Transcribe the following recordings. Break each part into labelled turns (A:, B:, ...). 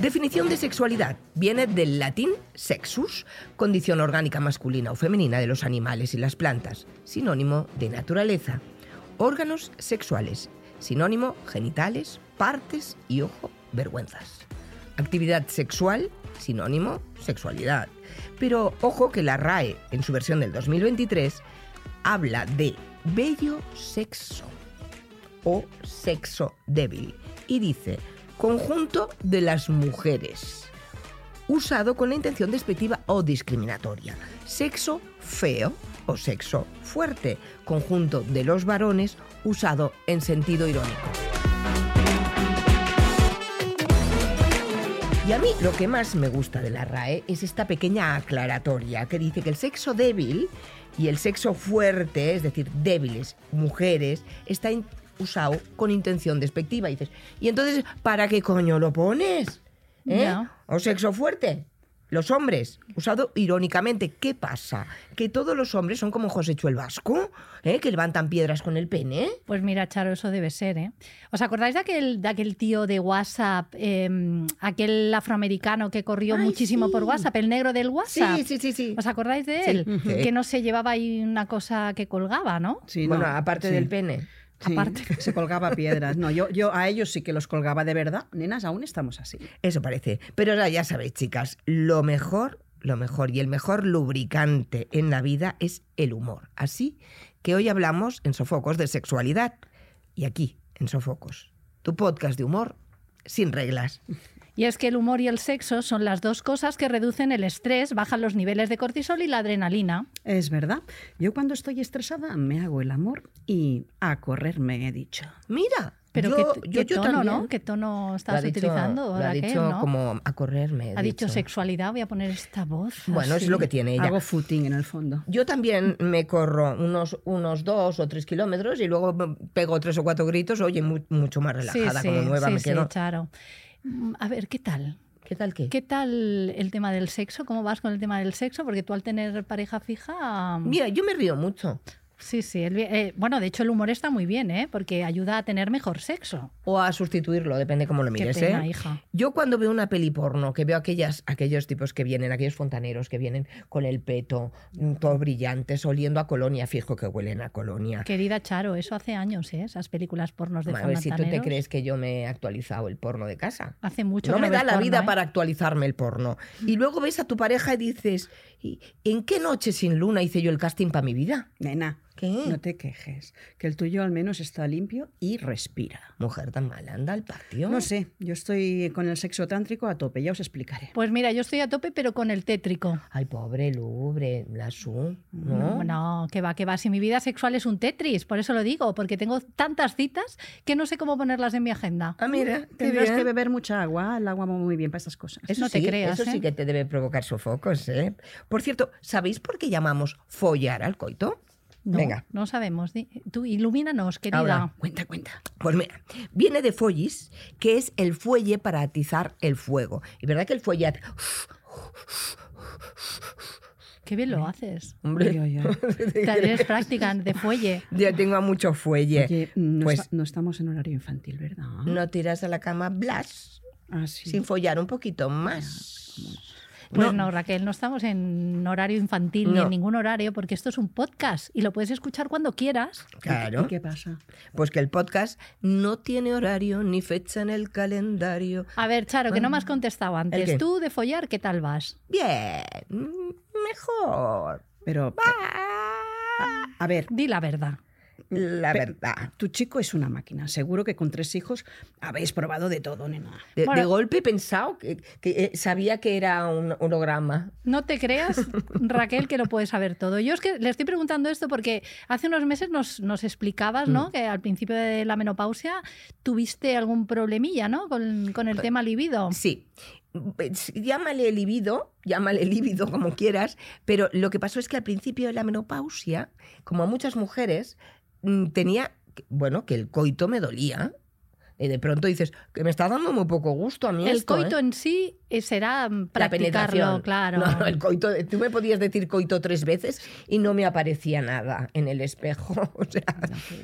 A: Definición de sexualidad. Viene del latín sexus, condición orgánica masculina o femenina de los animales y las plantas, sinónimo de naturaleza. Órganos sexuales, sinónimo genitales, partes y, ojo, vergüenzas. Actividad sexual, sinónimo sexualidad. Pero ojo que la RAE, en su versión del 2023, habla de bello sexo o sexo débil y dice conjunto de las mujeres, usado con la intención despectiva o discriminatoria. Sexo feo o sexo fuerte, conjunto de los varones, usado en sentido irónico. Y a mí lo que más me gusta de la RAE es esta pequeña aclaratoria que dice que el sexo débil y el sexo fuerte, es decir, débiles, mujeres, está in- usado con intención despectiva. Y dices, ¿y entonces para qué coño lo pones? ¿Eh?
B: Ya.
A: ¿O sexo fuerte? Los hombres, usado irónicamente, ¿qué pasa? ¿Que todos los hombres son como José Chuel Vasco? ¿Eh? ¿Que levantan piedras con el pene?
B: Pues mira, Charo, eso debe ser, ¿eh? ¿Os acordáis de aquel, de aquel tío de WhatsApp, em, aquel afroamericano que corrió
A: Ay,
B: muchísimo
A: sí.
B: por WhatsApp, el negro del WhatsApp?
A: Sí, sí, sí, sí.
B: ¿Os acordáis de
A: Sí.
B: él?
A: Sí.
B: Que no se llevaba ahí una cosa que colgaba, ¿no?
C: Sí,
A: bueno,
C: no,
A: aparte
C: sí.
A: del pene.
C: Sí,
B: Aparte.
C: Se colgaba piedras. No, yo, yo a ellos sí que los colgaba de verdad. Nenas, aún estamos así.
A: Eso parece. Pero ahora ya sabéis, chicas, lo mejor, lo mejor y el mejor lubricante en la vida es el humor. Así que hoy hablamos en Sofocos de sexualidad. Y aquí, en Sofocos, tu podcast de humor sin reglas.
B: Y es que el humor y el sexo son las dos cosas que reducen el estrés, bajan los niveles de cortisol y la adrenalina.
C: Es verdad. Yo cuando estoy estresada me hago el amor y a correr me he dicho.
A: Mira,
B: Pero
A: yo,
B: qué,
A: yo,
B: qué
A: yo
B: tono,
A: también.
B: ¿no? ¿Qué tono
A: Lo ha
B: estás
A: dicho-
B: utilizando?
A: lo ha
B: Raquel,
A: dicho
B: ¿no?
A: como a correrme.
B: Ha dicho sexualidad, voy a poner esta voz.
A: Bueno,
B: así.
A: es lo que tiene ella.
C: Hago footing en el fondo.
A: Yo también me corro unos, unos dos o tres kilómetros y luego me pego tres o cuatro gritos, oye, mu- mucho más relajada, como nueva
B: sí,
A: me
B: sí,
A: quedo.
B: Charo. Mm, A ver, ¿qué tal?
A: ¿Qué tal qué?
B: ¿Qué tal el tema del sexo? ¿Cómo vas con el tema del sexo? Porque tú al tener pareja fija... mm,
A: Mira, yo me río mucho.
B: Sí, sí. el vi- eh, bueno, de hecho el humor está muy bien, ¿eh? Porque ayuda a tener mejor sexo.
A: O a sustituirlo, depende cómo lo
B: Qué
A: mires,
B: pena,
A: ¿eh?
B: hija.
A: Yo cuando veo una peli porno, que veo aquellas, aquellos tipos que vienen, aquellos fontaneros que vienen con el peto, mm, todos brillantes, oliendo a colonia, fijo que huelen a colonia.
B: Querida Charo, eso hace años, ¿eh? Esas películas pornos de
A: A ver si tú te
B: fontaneros.
A: crees que yo me he actualizado el porno de casa.
B: Hace mucho
A: no
B: que
A: me da
B: ves
A: la
B: porno,
A: vida
B: ¿eh? Mm.
A: para actualizarme el porno. Y luego ves a tu pareja y dices, "¿Y ¿en qué noche sin luna hice yo el casting para mi vida?
C: Nena,
A: ¿Qué?
C: no te quejes. Que el tuyo al menos está limpio y respira.
A: Mujer tan mala, anda al patio.
C: No sé, yo estoy con el sexo tántrico a tope, ya os explicaré.
B: Pues mira, yo estoy a tope, pero con el tétrico.
A: Ay, pobre Lubre, la su,
B: Mm,
A: ¿no?
B: No, que va, que va. Si mi vida sexual es un Tetris, por eso lo digo, porque tengo tantas citas que no sé cómo ponerlas en mi agenda.
A: Ah, mira, qué
C: Tendrás
A: bien.
C: que beber mucha agua, el agua va muy bien para estas cosas.
A: Eso
B: No te
A: sí,
B: creas,
A: Eso sí
B: ¿eh?
A: que te debe provocar sofocos, ¿eh? Por cierto, ¿sabéis por qué llamamos follar al coito?
B: No,
A: Venga.
B: No sabemos. Di- Tú ilumínanos, querida.
A: Ahora.
C: Cuenta, cuenta.
A: Pues mira, viene de follis, que es el fuelle para atizar el fuego. Y verdad que el fuelle... hace-
B: Qué bien lo haces.
A: Hombre,
C: Oye, oye, oye.
B: Te- Eres práctica de fuelle.
A: ya tengo a mucho fuelle.
C: Oye, no,
A: Pues-
C: esta- no estamos en horario infantil, ¿verdad?
A: No tiras a la cama, Blas,
C: Ah, sí.
A: sin follar un poquito más.
B: Pues
A: No.
B: no. Raquel, no estamos en horario infantil ni
A: No.
B: en ningún horario, porque esto es un podcast y lo puedes escuchar cuando quieras.
C: ¿Y
A: Claro.
C: qué pasa?
A: Pues que el podcast no tiene horario ni fecha en el calendario.
B: A ver, Charo, que no me has contestado
A: ¿El qué?
B: antes. Tú de follar, ¿qué tal vas?
A: Bien, mm, mejor.
C: Pero, eh,
A: Ah,
C: a ver,
B: Di la verdad.
A: La
C: Pe-
A: verdad.
C: tu chico es una máquina. Seguro que con tres hijos habéis probado de todo, nena.
A: De, de
B: Bueno.
A: golpe he pensado que, que, eh, sabía que era un holograma.
B: No te creas, Raquel, que lo puedes saber todo. Yo es que le estoy preguntando esto porque hace unos meses nos, nos explicabas, ¿no?
A: Mm.
B: Que al principio de la menopausia tuviste algún problemilla, ¿no? Con, con el tema libido.
A: Pues Sí. Pues, Llámale libido, llámale líbido como quieras, pero lo que pasó es que al principio de la menopausia, como a muchas mujeres, mm, tenía, que- bueno, que el coito me dolía. eh, de pronto dices, que me está dando muy poco gusto a mí
B: El
A: esto,
B: coito
A: ¿eh?
B: en sí eh, será mm,
A: La penetración.
B: practicarlo, claro.
A: No, no, el coito, tú me podías decir coito tres veces y no me aparecía nada en el espejo. O
B: Ah.
A: sea,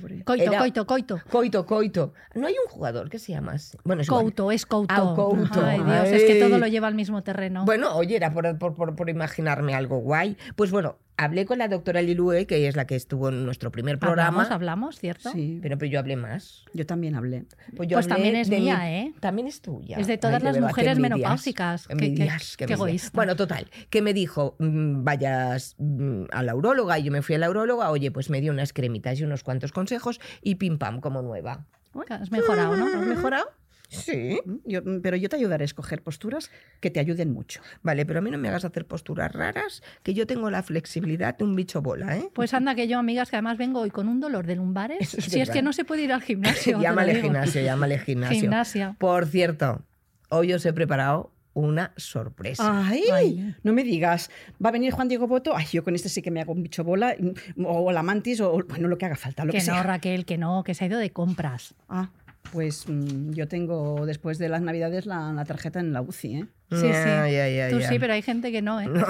C: Pobre.
B: Coito,
A: era-
B: coito, coito.
A: coito, coito. No hay un jugador que se llama así. Bueno, es igual.
B: Couto, es couto.
A: Ah, couto.
B: Ay, Dios, es que todo
A: Ay.
B: lo lleva al mismo terreno.
A: Bueno, oye, era por, por- por- por imaginarme algo guay. Pues bueno, hablé con la doctora Lilue, que es la que estuvo en nuestro primer programa.
B: Hablamos, hablamos, ¿cierto?
C: Sí,
A: Pero, pero yo hablé más.
C: yo también hablé.
A: Pues, yo
B: Pues
A: hablé
B: también es
A: de
B: mía,
A: mi-
B: ¿eh?
A: También es tuya.
B: Es de todas las
A: verdad,
B: mujeres
A: qué envidias.
B: menopáusicas. Qué- qué-
A: Envidias, qué
B: qué
A: envidia.
B: egoísta.
A: Bueno, total, que me dijo, mm, vayas mm, a la uróloga, y yo me fui a la uróloga, oye, pues me dio unas cremitas y unos cuantos consejos, y pim pam, como nueva.
B: Has mejorado, ¿no?
A: ¿Has mejorado? Sí.
C: Mm, yo- mm, pero yo te ayudaré a escoger posturas que te ayuden mucho.
A: Vale, pero a mí no me hagas hacer posturas raras, que yo tengo la flexibilidad de un bicho bola, ¿eh?
B: Pues anda que yo, amigas, que además vengo hoy con un dolor de lumbares.
A: Eso es
B: si es
A: verdad.
B: que no se puede ir al gimnasio. te lo
A: llámale
B: digo.
A: gimnasio, llámale gimnasio.
B: Gimnasia.
A: Por cierto, hoy os he preparado una sorpresa.
B: Ah,
C: Ay,
B: Ay.
C: no me digas, va a venir Juan Diego Boto, ay, yo con este sí que me hago un bicho bola, mm, o la mantis, o o- bueno, lo que haga falta, lo que,
B: Que no,
C: sea.
B: Raquel, que no, que se ha ido de compras.
C: Ah, pues mm, yo tengo después de las navidades la, la tarjeta en la UCI, ¿eh?
B: Sí, sí.
A: Ya, ya, ya,
B: Tú
A: ya.
B: sí, pero hay gente que no, ¿eh?
A: No.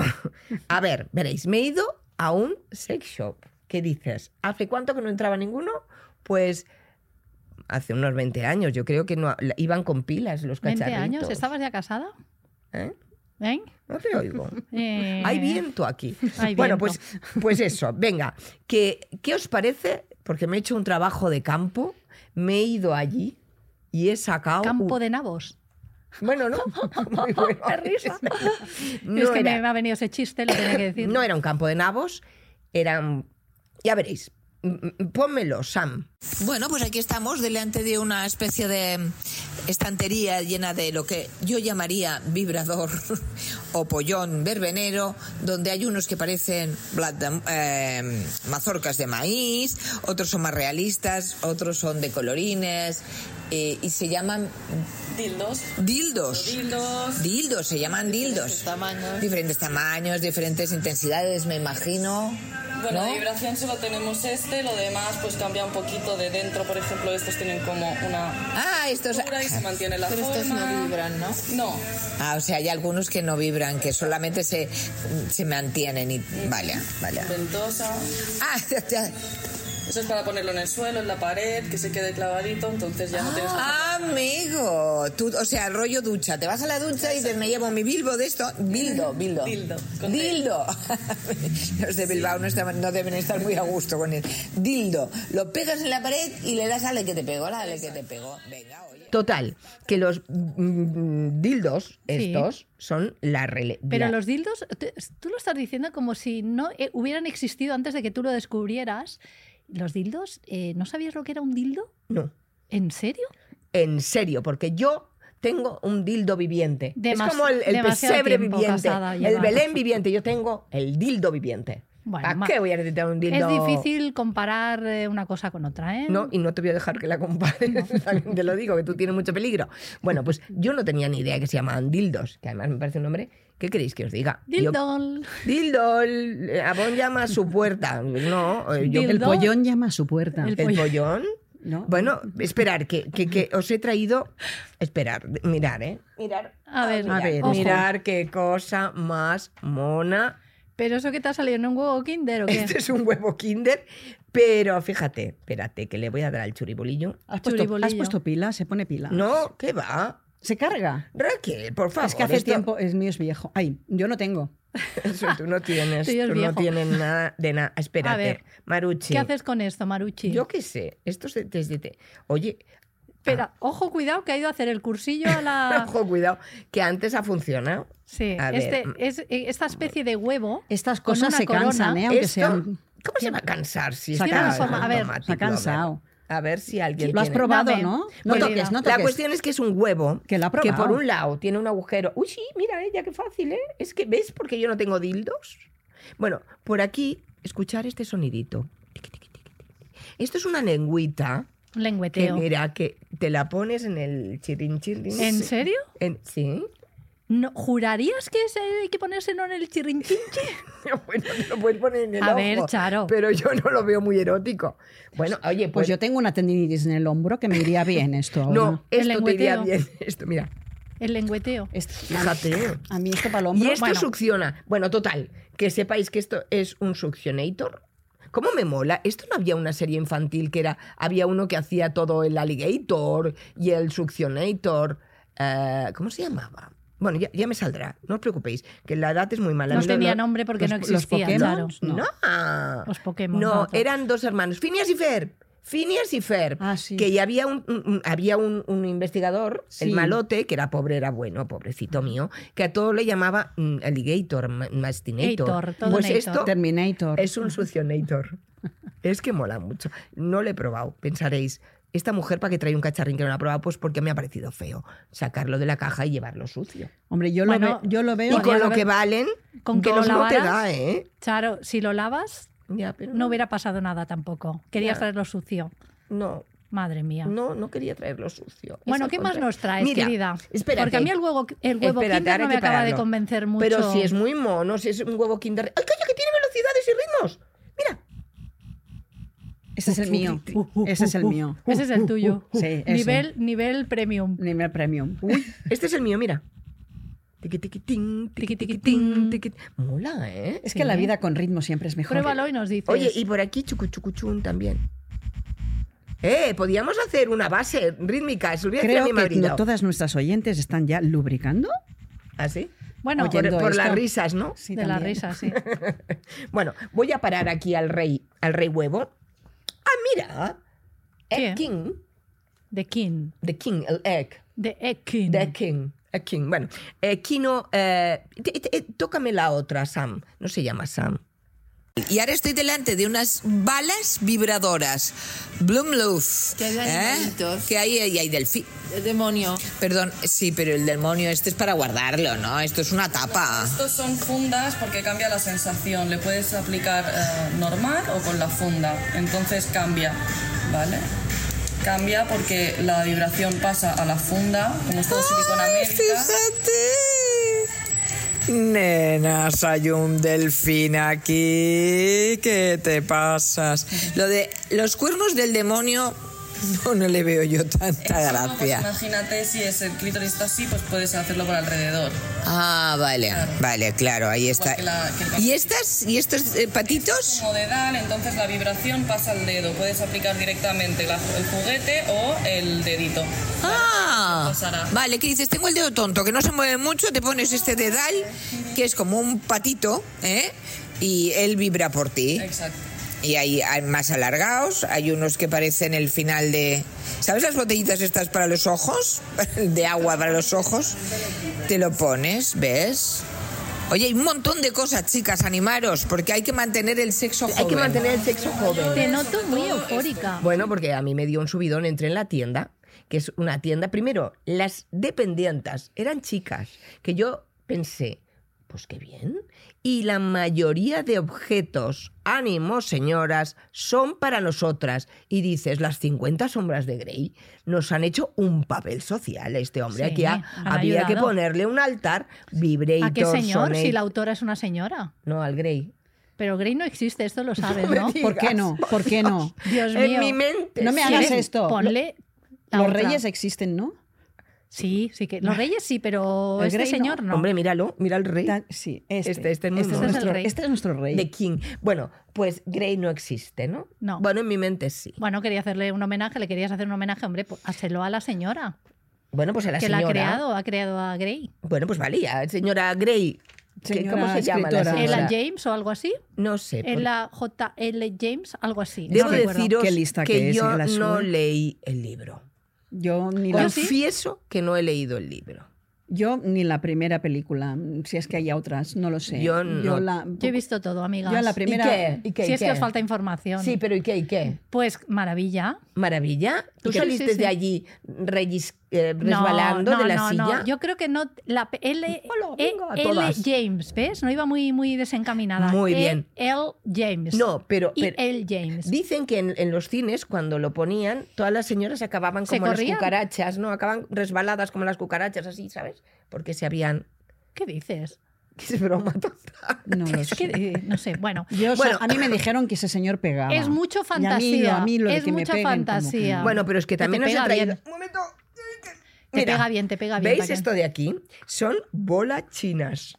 A: A ver, veréis, me he ido a un sex shop. ¿Qué dices? ¿Hace cuánto que no entraba ninguno? Pues hace unos 20 años. Yo creo que no la- iban con pilas los
B: 20
A: cacharritos.
B: años, ¿estabas ya casada?
A: ¿Eh?
B: ¿Eh?
A: No te oigo.
B: Eh,
A: Hay viento aquí.
B: Hay
A: bueno,
B: viento.
A: pues, pues eso, venga. ¿qué, ¿Qué os parece? Porque me he hecho un trabajo de campo, me he ido allí y he sacado.
B: Campo
A: un-
B: de nabos.
A: Bueno, ¿no? Muy bueno.
B: Qué risa.
A: No
B: es que
A: era-
B: me ha venido ese chiste, lo tenía que decir.
A: No era un campo de nabos, eran. Ya veréis. M- m- Pónmelo, Sam.
D: Bueno, pues aquí estamos delante de una especie de estantería llena de lo que yo llamaría vibrador o pollón verbenero, donde hay unos que parecen blat- eh, mazorcas de maíz, otros son más realistas, otros son de colorines eh, y se llaman
E: Dildos.
D: dildos.
E: Dildos.
D: Dildos, se llaman dildos.
E: Diferentes tamaños.
D: Diferentes tamaños, diferentes intensidades, me imagino.
E: Bueno,
D: ¿no?
E: de vibración solo tenemos este, lo demás pues cambia un poquito de dentro, por ejemplo, estos tienen como una
D: Ah, estos.
E: figura y se mantiene la forma.
D: ¿no?
E: No,
D: Ah, o sea, hay algunos que no vibran, que solamente se, se mantienen y... Vale, vale.
E: ventosa.
D: Ah, ya, ya.
E: Eso es para ponerlo en el suelo, en la pared, que se quede clavadito, entonces ya no tienes
A: Ah.
E: que...
D: Amigo, tú, o sea, rollo ducha. Te vas a la ducha y dices, me llevo mi bilbo de esto. Bildo, bildo.
E: Dildo, con
D: Dildo. Los de Bilbao no, estaban- no deben estar muy a gusto con él. Dildo. Lo pegas en la pared y le das, ale que te pegó, ale que te pegó. Venga, oye.
A: Total, que los mm, dildos estos son la rele.
B: Pero
A: la-
B: los dildos, te- tú lo estás diciendo como si no eh, hubieran existido antes de que tú lo descubrieras. Los dildos, eh, ¿no sabías lo que era un dildo?
A: No,
B: ¿En serio?
A: en serio, porque yo tengo un dildo viviente.
B: Demas-
A: es como el, el
B: demasiado
A: pesebre
B: tiempo
A: viviente,
B: casada
A: el
B: llevas.
A: Belén viviente. Yo tengo el dildo viviente.
B: Bueno,
A: ¿Para
B: ma-
A: qué voy a necesitar un dildo?
B: Es difícil comparar eh, una cosa con otra, ¿eh?
A: No, y no te voy a dejar que la compares, también te lo digo, que tú tienes mucho peligro. Bueno, pues yo no tenía ni idea que se llamaban dildos, que además me parece un nombre, ¿qué queréis que os diga? Yo-
B: Dildol.
A: dildo, el- eh, Avon llama a su puerta. No, eh, yo,
C: El
B: Dildo.
C: pollón llama a su puerta.
B: El-
A: el pollón.
C: ¿no?
A: Bueno, esperar, que, que, que os he traído. Esperar, mirar, ¿eh? Mirar.
B: A ver,
A: mirar,
B: ojo.
A: mirar qué cosa más mona.
B: Pero eso que te ha salido en un huevo kinder o qué?
A: Este es un huevo kinder, pero fíjate, espérate, que le voy a dar al churibolillo.
C: ¿Has puesto,
B: Churibolillo.
C: has puesto pila? ¿Se pone pila?
A: No, ¿qué va?
C: ¿Se carga?
A: Raquel, por favor.
C: es que hace
A: esto-
C: tiempo, es mío es viejo. Ay, yo no tengo.
A: Eso, tú no tienes,
B: Tú y el
A: tú no
B: viejo.
A: tienes nada de nada. Espérate,
B: A ver,
A: Maruchi.
B: ¿Qué haces con esto, Maruchi?
A: Yo qué sé. Esto se, desde te- Oye,
B: Espera, ojo, cuidado, que ha ido a hacer el cursillo a la...
A: ah. ojo, cuidado, que antes ha funcionado.
B: Sí,
A: A ver. mm.
B: este, es, eh, esta especie de huevo.
C: Estas
B: con
C: cosas
B: una
C: se
B: corona.
C: cansan, ¿eh? Aunque
A: Esto-
C: sean...
A: ¿Cómo se va a cansar si
C: Se ha
A: está
C: cansado.
A: dando
B: A ver,
A: mati,
C: se ha
A: Glover?
C: cansado.
A: A ver si alguien
C: Lo has
A: tiene-
C: probado,
B: Dame.
C: ¿no? No
B: Bueno,
C: toques, no toques.
A: Pues La cuestión es que es un huevo
C: Que la ha
A: que
C: probado.
A: por un lado tiene un agujero. Uy, sí, mira, ella, qué fácil, ¿eh? Es que, ¿ves? Porque yo no tengo dildos. Bueno, por aquí, escuchar este sonidito. Tiqui, tiqui, tiqui, tiqui. Esto es una lengüita
B: Un
A: que,
B: lengüeteo.
A: mira, que te la pones en el chirrin chirrin.
B: ¿En
A: Sí.
B: serio?
A: En- sí.
B: No, ¿Jurarías que ese hay que ponérselo en el chirrinchinche?
F: bueno, te lo puedes poner en el
B: A ver,
F: ojo,
B: Charo.
F: Pero yo no lo veo muy erótico. Bueno, oye,
C: Pues
F: pues,
C: yo tengo una tendinitis en el hombro que me iría bien esto ahora.
F: No,
B: El
F: esto te iría
B: lengüeteo.
F: bien. Esto, mira,
B: El lengüeteo.
C: Esto-
F: fíjate.
C: A mí esto para el hombro.
F: Y esto
C: bueno,
F: succiona. Bueno, total, que sepáis que esto es un succionator. ¿Cómo me mola? Esto no había una serie infantil que era. Había uno que hacía todo el alligator y el succionator. eh, ¿Cómo se llamaba? Bueno, ya, ya me saldrá. No os preocupéis, que la edad es muy mala.
B: No
F: A mí lo-
B: tenía
F: lo-
B: nombre porque no
C: los- los
B: existía, Charo.
C: Pokémon,
F: No.
B: Los Pues Pokémon,
F: No,
B: vamos.
F: eran dos hermanos, Phineas y Ferb. Phineas y Ferb.
C: Ah, sí.
F: Que ya había un, un- un- había un, un investigador, el
C: Sí.
F: malote, que era pobre, era bueno, pobrecito mío, que a todo le llamaba mm, alligator, ma- mastinator.
B: Gator, todo
F: pues
B: nator.
F: esto
C: Terminator.
F: es un succionator. es que mola mucho. No lo he probado, pensaréis. Esta mujer, ¿para que trae un cacharrín que no la ha probado? Pues porque me ha parecido feo sacarlo de la caja y llevarlo sucio.
C: Hombre, yo, lo
B: Bueno,
C: ve- yo lo veo.
F: Y con lo
B: haber-
F: que valen,
B: con que lo
F: dos no te
B: lavaras.
F: da, ¿eh?
B: Charo, si lo lavas,
F: Ya, pero
B: no hubiera pasado nada tampoco. Querías
F: Mm. Ya.
B: traerlo sucio.
F: No,
B: Madre mía.
F: No, no quería traerlo sucio.
B: Bueno,
F: Eso
B: ¿qué más
F: contra-
B: nos traes,
F: Mira,
B: querida?
F: Espérate.
B: Porque a mí el huevo, el huevo
F: Espérate,
B: Kinder
F: ahora
B: no
F: hay
B: me
F: que
B: acaba de
F: pararlo.
B: convencer mucho.
F: Pero si es muy mono, si es un huevo Kinder. ¡Ay, calla, que tiene velocidades y ritmos! Mira,
C: Ese es el mío. Ese es el mío.
B: Ese
F: uh,
B: es el tuyo.
C: Sí, ese.
B: nivel, nivel premium.
C: Nivel premium.
F: este es el mío, mira. Tiqui, tiqui, tin, tiqui, tiqui, tin,
B: Tiquitiquitín.
F: tiqui. Mola, ¿eh?
C: Es que la vida con ritmo siempre es mejor.
B: Pruébalo y nos dices.
F: Oye, y por aquí chucuchucuchun también. Eh, podíamos hacer una base rítmica. Se lo voy a decir a
C: Creo
F: mi
C: que
F: marido.
C: no todas nuestras oyentes están ya lubricando.
F: ¿Así?
B: bueno,
C: oye,
F: ¿Ah, Por,
C: Oyendo
F: por las
C: esto.
F: risas, ¿no?
C: Sí,
B: de la
C: también.
B: risa, sí.
F: Bueno, voy a parar aquí al rey, al rey huevo. Ah, mira.
B: ¿Qué?
F: El king.
B: The King.
F: The king, el egg.
B: The Egg King.
E: Mm.
F: The King. a King. Bueno, eh, Kino, eh, te- te- eh, tócame la otra, Sam. No se llama Sam.
A: Y ahora estoy delante de unas balas vibradoras. Bloomloaf.
E: Que hay de animalitos.
A: Que hay, y hay delfín.
E: El demonio.
A: Perdón, sí, pero el demonio este es para guardarlo, ¿no? Esto es una tapa.
E: Estos son fundas porque cambia la sensación. Le puedes aplicar eh, normal o con la funda. Entonces cambia, ¿vale? Cambia porque la vibración pasa a la funda, como es todo silicona médica.
A: fíjate. Nenas, hay un delfín aquí. ¿Qué te pasas? Lo de los cuernos del demonio, no, no le veo yo tanta
E: Eso, pues,
A: gracia.
E: imagínate si es el clítoris está así, pues puedes hacerlo por alrededor.
A: Ah, vale, vale, claro, ahí está.
E: que la- que el papel.
A: ¿Y estas y estos eh, patitos?
E: Como dedal, entonces la vibración pasa al dedo. Puedes aplicar directamente la- el juguete o el dedito.
A: Ah,
E: Pasará.
A: vale, que dices, tengo el dedo tonto, que no se mueve mucho, te pones este dedal, que es como un patito, ¿eh? Y él vibra por ti.
E: Exacto.
A: Y hay, hay más alargados, hay unos que parecen el final de... ¿Sabes las botellitas estas para los ojos? De agua para los ojos. Te lo pones, ¿ves? Oye, hay un montón de cosas, chicas, animaros, porque hay que mantener el sexo joven.
F: Hay que mantener el sexo joven.
B: Te noto muy eufórica.
F: Bueno, porque a mí me dio un subidón, entré en la tienda, que es una tienda. Primero, las dependientas eran chicas, que yo pensé, pues qué bien. Y la mayoría de objetos, ánimo, señoras, son para nosotras. Y dices, las 50 sombras de Grey nos han hecho un papel social. Este hombre
B: Sí,
F: aquí ha-
B: han
F: había que
B: ayudado.
F: ponerle un altar,
B: ¿A qué
F: vibrator,
B: señor?
F: sonate-
B: Si la autora es una señora.
F: No, al Grey.
B: Pero Grey no existe, esto lo sabes, ¿no?
F: digas.
C: ¿Por qué no? ¿Por qué no?
B: ah, Dios mío.
F: en mi mente.
C: No me
F: sí.
C: hagas
B: Sí,
C: esto.
B: Ponle la
C: Los
B: otra.
C: reyes existen, ¿no?
B: Sí, sí que.
F: Ah.
B: Los reyes sí, pero
C: El
B: este
C: Grey no.
B: señor no.
F: Hombre, míralo, mira el rey.
C: Tan- Sí, este.
F: Este- este es muy
C: es
F: mono.
C: nuestro,
B: Este es el rey.
C: este es nuestro rey.
F: de King. Bueno, pues Grey no existe, ¿no?
B: No.
F: Bueno, en mi mente sí.
B: Bueno, quería hacerle un homenaje, le querías hacer un homenaje, hombre, pues hazlo a la señora,
F: Bueno, pues a la
B: que
F: señora.
B: la ha creado, ha creado a Grey.
F: Bueno, pues vale, ya. Señora Grey. ¿qué-
C: Señora
F: ¿Cómo se llama la
C: escritora.
F: señora?
B: ¿Es la James o algo así?
F: No sé.
B: ¿Es
F: por-
B: la J.L. James? Algo así.
F: Debo
B: no me acuerdo.
F: deciros
C: Qué lista
F: que,
C: que es,
F: yo
C: el azul.
F: no leí el libro.
C: Yo ni, la,
B: Yo sí.
F: Confieso que no he leído el libro.
C: yo ni la primera película, si es que hay otras, no lo sé.
F: Yo no-
C: la,
B: Yo he visto todo, amigas.
C: yo la primera...
F: qué? ¿Y qué?
B: si es
F: qué?
B: que os falta información.
F: Sí, pero ¿y qué? ¿Y qué?
B: Pues maravilla.
F: Maravilla. ¿Tú
B: Sí,
F: saliste
B: sí, sí.
F: de allí rellis- eh,
B: No,
F: resbalando
B: no,
F: de la
B: no, no.
F: silla?
B: Yo creo que no. La P- L,
F: Hola,
B: E-
F: venga, a
B: L
F: todas.
B: James, ¿ves? No iba muy, muy desencaminada.
F: Muy bien.
B: E L James.
F: No, pero-
B: Y
F: pero-
B: L James.
F: Dicen que en, en los cines, cuando lo ponían, todas las señoras acababan
B: ¿Se
F: como las
B: corrían?
F: cucarachas, ¿no? Acaban resbaladas como las cucarachas, así, ¿sabes? Porque se habían
B: ¿Qué dices?
F: Que es broma total.
C: No lo
B: Es
C: sé.
B: que, eh, no sé, bueno.
C: Yo, o sea,
F: Bueno.
C: a mí me dijeron que ese señor pegaba.
B: Es mucho
C: Y a mí lo-
B: fantasía.
C: a mí lo de
B: es
C: que me
B: mucha
C: peguen, como que no.
B: fantasía.
F: Bueno, pero es que
B: Ah. te
F: también nos he
B: pega
F: traído.
B: bien.
F: Un momento.
B: Te
F: Mira,
B: pega bien, te pega bien.
F: ¿Veis
B: Raquel.
F: esto de aquí? Son bolas chinas.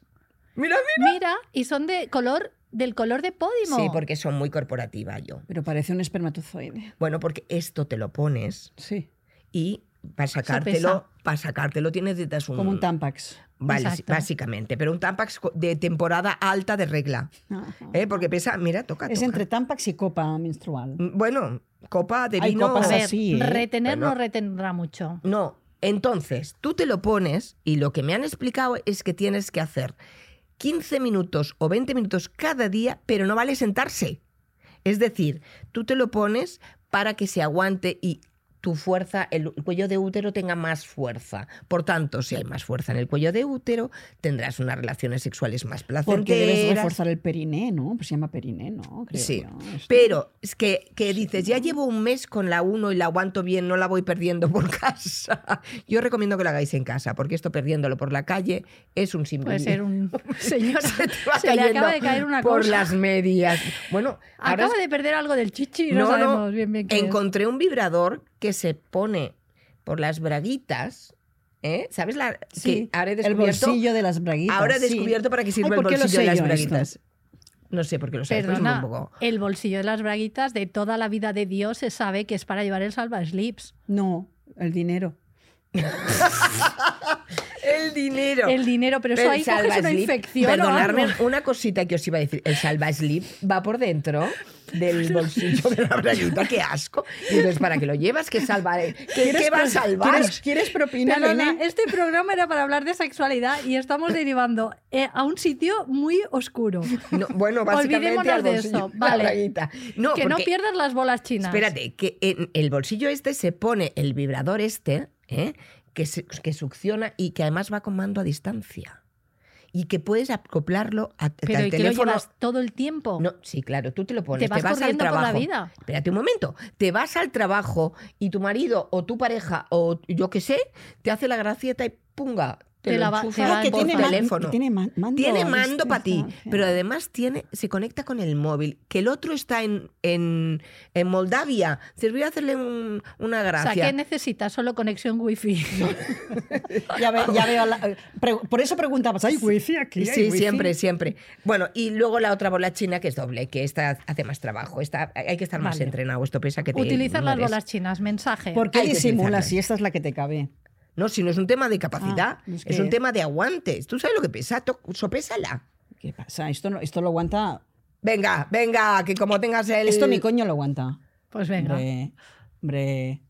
F: Mira, mira.
B: Mira, y son de color, del color de Podimo.
F: Sí, porque son muy corporativa yo.
C: Pero parece un espermatozoide.
F: Bueno, porque esto te lo pones
C: Sí,
F: y para sacártelo, para sacártelo tienes detrás un...
C: como un tampax.
F: Vale, sí,
B: Exacto.
F: básicamente. Pero un Tampax co- de temporada alta de regla.
C: Ajá.
F: ¿eh? Porque pesa, mira, toca,
C: Es
F: toca.
C: entre tampax y copa
F: Mm,
C: menstrual.
F: Bueno, copa de
C: Hay
F: vino...
B: A
C: copas
B: ver,
C: así, ¿eh?
B: retener
F: Bueno.
B: no retendrá mucho.
F: No, entonces tú te lo pones y lo que me han explicado es que tienes que hacer 15 minutos o 20 minutos cada día, pero no vale sentarse. Es decir, tú te lo pones para que se aguante y tu fuerza, el cuello de útero tenga más fuerza. Por tanto, si hay más fuerza en el cuello de útero, tendrás unas relaciones sexuales más placenteras.
C: Porque debes reforzar el periné, ¿no? Pues se llama periné, ¿no? Creo
F: Sí,
C: yo, este. esto.
F: pero es que, que dices, ya llevo un mes con la 1 y la aguanto bien, no la voy perdiendo por casa. Yo recomiendo que la hagáis en casa, porque esto perdiéndolo por la calle es un símbolo.
B: Puede ser un señor.
F: Se,
B: se,
F: te va
B: le acaba
F: cayendo
B: de caer una
F: Por
B: cosa.
F: las medias. Bueno, ahora
B: Acaba
F: es-
B: de perder algo del chichi y no, sabemos bien bien qué es.
F: encontré un vibrador que se pone por las braguitas. ¿eh? ¿Sabes la
C: Sí,
F: que ahora he
C: el
F: descubierto-
C: bolsillo de las braguitas.
F: Ahora he
C: sí.
F: descubierto para qué sirve
C: Ay,
F: el
C: ¿por qué lo
F: bolsillo de
C: sé
F: las
C: yo esto?
F: braguitas. No sé por qué lo sabes, pero es
B: Perdona,
F: pues, un poco.
B: el bolsillo de las braguitas de toda la vida de Dios se sabe que es para llevar el salva slips.
C: No, el dinero.
F: El dinero.
B: El dinero, pero eso
F: Pero
B: ahí
F: el
B: coges una
F: salvaslip,
B: infección. o
F: Perdonadme,
B: algo.
F: una cosita que os iba a decir. El salvaslip va por dentro del bolsillo de la braguita. ¡Qué asco! Y entonces, ¿para qué lo llevas? ¿Qué, salva, qué, qué va a salvar?
C: ¿Quieres, quieres propina,
B: Perdona,
C: nene?
B: este programa era para hablar de sexualidad y estamos derivando eh, a un sitio muy oscuro.
F: No, bueno, básicamente
B: Olvidémonos
F: al
B: de
F: bolsillo
B: eso,
F: de
B: vale.
F: la braguita. No,
B: que no
F: porque-
B: pierdas las bolas chinas.
F: Espérate, que en el bolsillo este se pone el vibrador este, ¿eh? que, se- que succiona y que además va con mando a distancia. Y que puedes acoplarlo a,
B: Pero
F: al
B: ¿y que lo
F: teléfono.
B: llevas todo el tiempo?
F: No, sí, claro, tú te lo pones,
C: este
B: Te vas
F: al
B: corriendo por
F: trabajo.
B: la vida.
F: Espérate un momento, te vas al trabajo y tu marido o tu pareja o yo qué sé, te hace la gracieta y punga, te,
B: Te
F: lo
B: la va-
F: enchufa
B: te va
C: Ah, que
F: por
C: tiene
B: enchufar.
C: man-
F: teléfono.
C: Tiene man- mando.
F: Tiene
C: ¿viste?
F: mando para ti,
C: Ajá.
F: pero además tiene, se conecta con el móvil, que el otro está en, en, en Moldavia. Se voy a hacerle un- una
B: o sea,
F: gracia.
B: ¿qué necesitas? Solo conexión wifi.
C: Ya, ve- ya veo. la- pre- por eso preguntabas, ¿hay wifi aquí? ¿Hay
F: Sí,
C: wifi?
F: siempre, siempre. Bueno, y luego la otra bola china que es doble, que esta hace más trabajo. Esta, hay que estar más
B: Vale.
F: entrenado, esto pesa que te
B: Utilizar las
F: mueres.
B: bolas chinas, mensaje.
C: ¿Por qué
F: Hay que utilizarla.
C: disimulas si esta es la que te cabe?
F: No, si no es un tema de capacidad,
C: Ah, es
F: es
C: que-
F: un tema de aguantes. ¿Tú sabes lo que pesa? To- Sopésala.
C: ¿Qué pasa? Esto, no, esto lo aguanta.
F: Venga, venga, que como tengas el...
C: Eh, Esto ni coño lo aguanta.
B: Pues venga.
C: Hombre. hombre.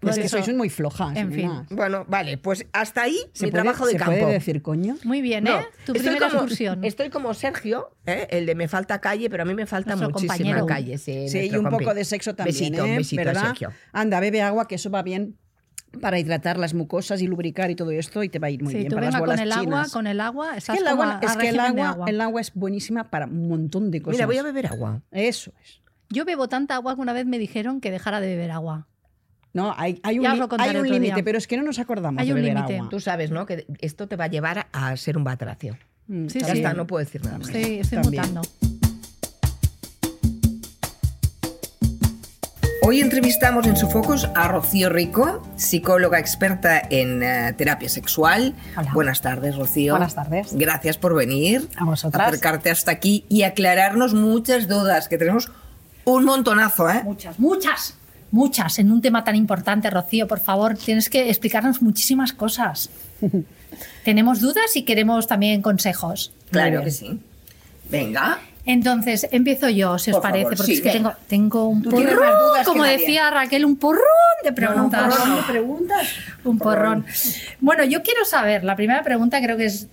B: Por
C: es que
B: eso.
C: sois muy flojas.
B: En fin.
C: nenas.
F: Bueno, vale, pues hasta ahí
C: ¿Se
F: mi
C: puede-
F: trabajo de
C: ¿se
F: campo.
C: puede decir ¿eh? coño?
B: Muy bien,
F: No,
B: ¿eh? Tu
F: estoy
B: primera
F: como-
B: excursión.
F: Estoy como Sergio, ¿eh? el de me falta calle, pero a mí me falta
B: Nuestro
F: muchísima
B: compañero.
F: calle. Sí,
C: Sí, y
F: nuestro
C: un
F: compi.
C: poco de sexo también.
F: Besito,
C: ¿eh?
F: besito a
C: ¿Verdad?
F: Sergio.
C: Anda, bebe agua, que eso va bien para hidratar las mucosas y lubricar y todo esto, y te va a ir muy
B: Sí,
C: bien
B: tú
C: para las
B: venga
C: bolas
B: con el
C: chinas.
B: agua, con el agua,
C: Es
B: estás
C: que el
B: como
C: agua,
B: a- a
C: es que el
B: régimen de
C: agua,
B: agua.
C: el agua es buenísima para un montón de cosas.
F: Mira, voy a beber agua.
C: Eso es.
B: Yo bebo tanta agua que una vez me dijeron que dejara de beber agua.
C: No, hay, hay un,
B: Ya os
C: li-
B: lo contaré
C: hay un
B: otro
C: límite,
B: día.
C: pero es que no nos acordamos
B: Hay
C: de
B: un
C: beber
B: límite.
C: agua.
F: Tú sabes, ¿no? Que esto te va a llevar a ser un batracio.
C: Mm,
B: Sí,
F: Ya
B: sí.
F: está, no puedo decir nada más.
B: Estoy, estoy
C: También.
B: mutando.
F: Hoy entrevistamos en Sofocos a Rocío Rico, psicóloga experta en eh, terapia sexual.
G: Hola.
F: Buenas tardes, Rocío.
G: Buenas tardes.
F: Gracias por venir,
G: A vosotras.
F: acercarte hasta aquí y aclararnos muchas dudas, que tenemos un montonazo, ¿eh?
G: Muchas, muchas, muchas. En un tema tan importante, Rocío, por favor, tienes que explicarnos muchísimas cosas. Tenemos dudas y queremos también consejos.
F: Claro que sí. Venga.
G: Entonces, empiezo yo, si os
F: Por
G: parece,
F: favor,
G: porque
F: sí,
G: es que tengo,
F: venga.
G: tengo un
F: tienes
G: porrón,
F: más dudas que
G: como
F: nadie.
G: decía Raquel, un porrón de preguntas.
F: preguntas?
G: Un porrón. Bueno, yo quiero saber, la primera pregunta creo que es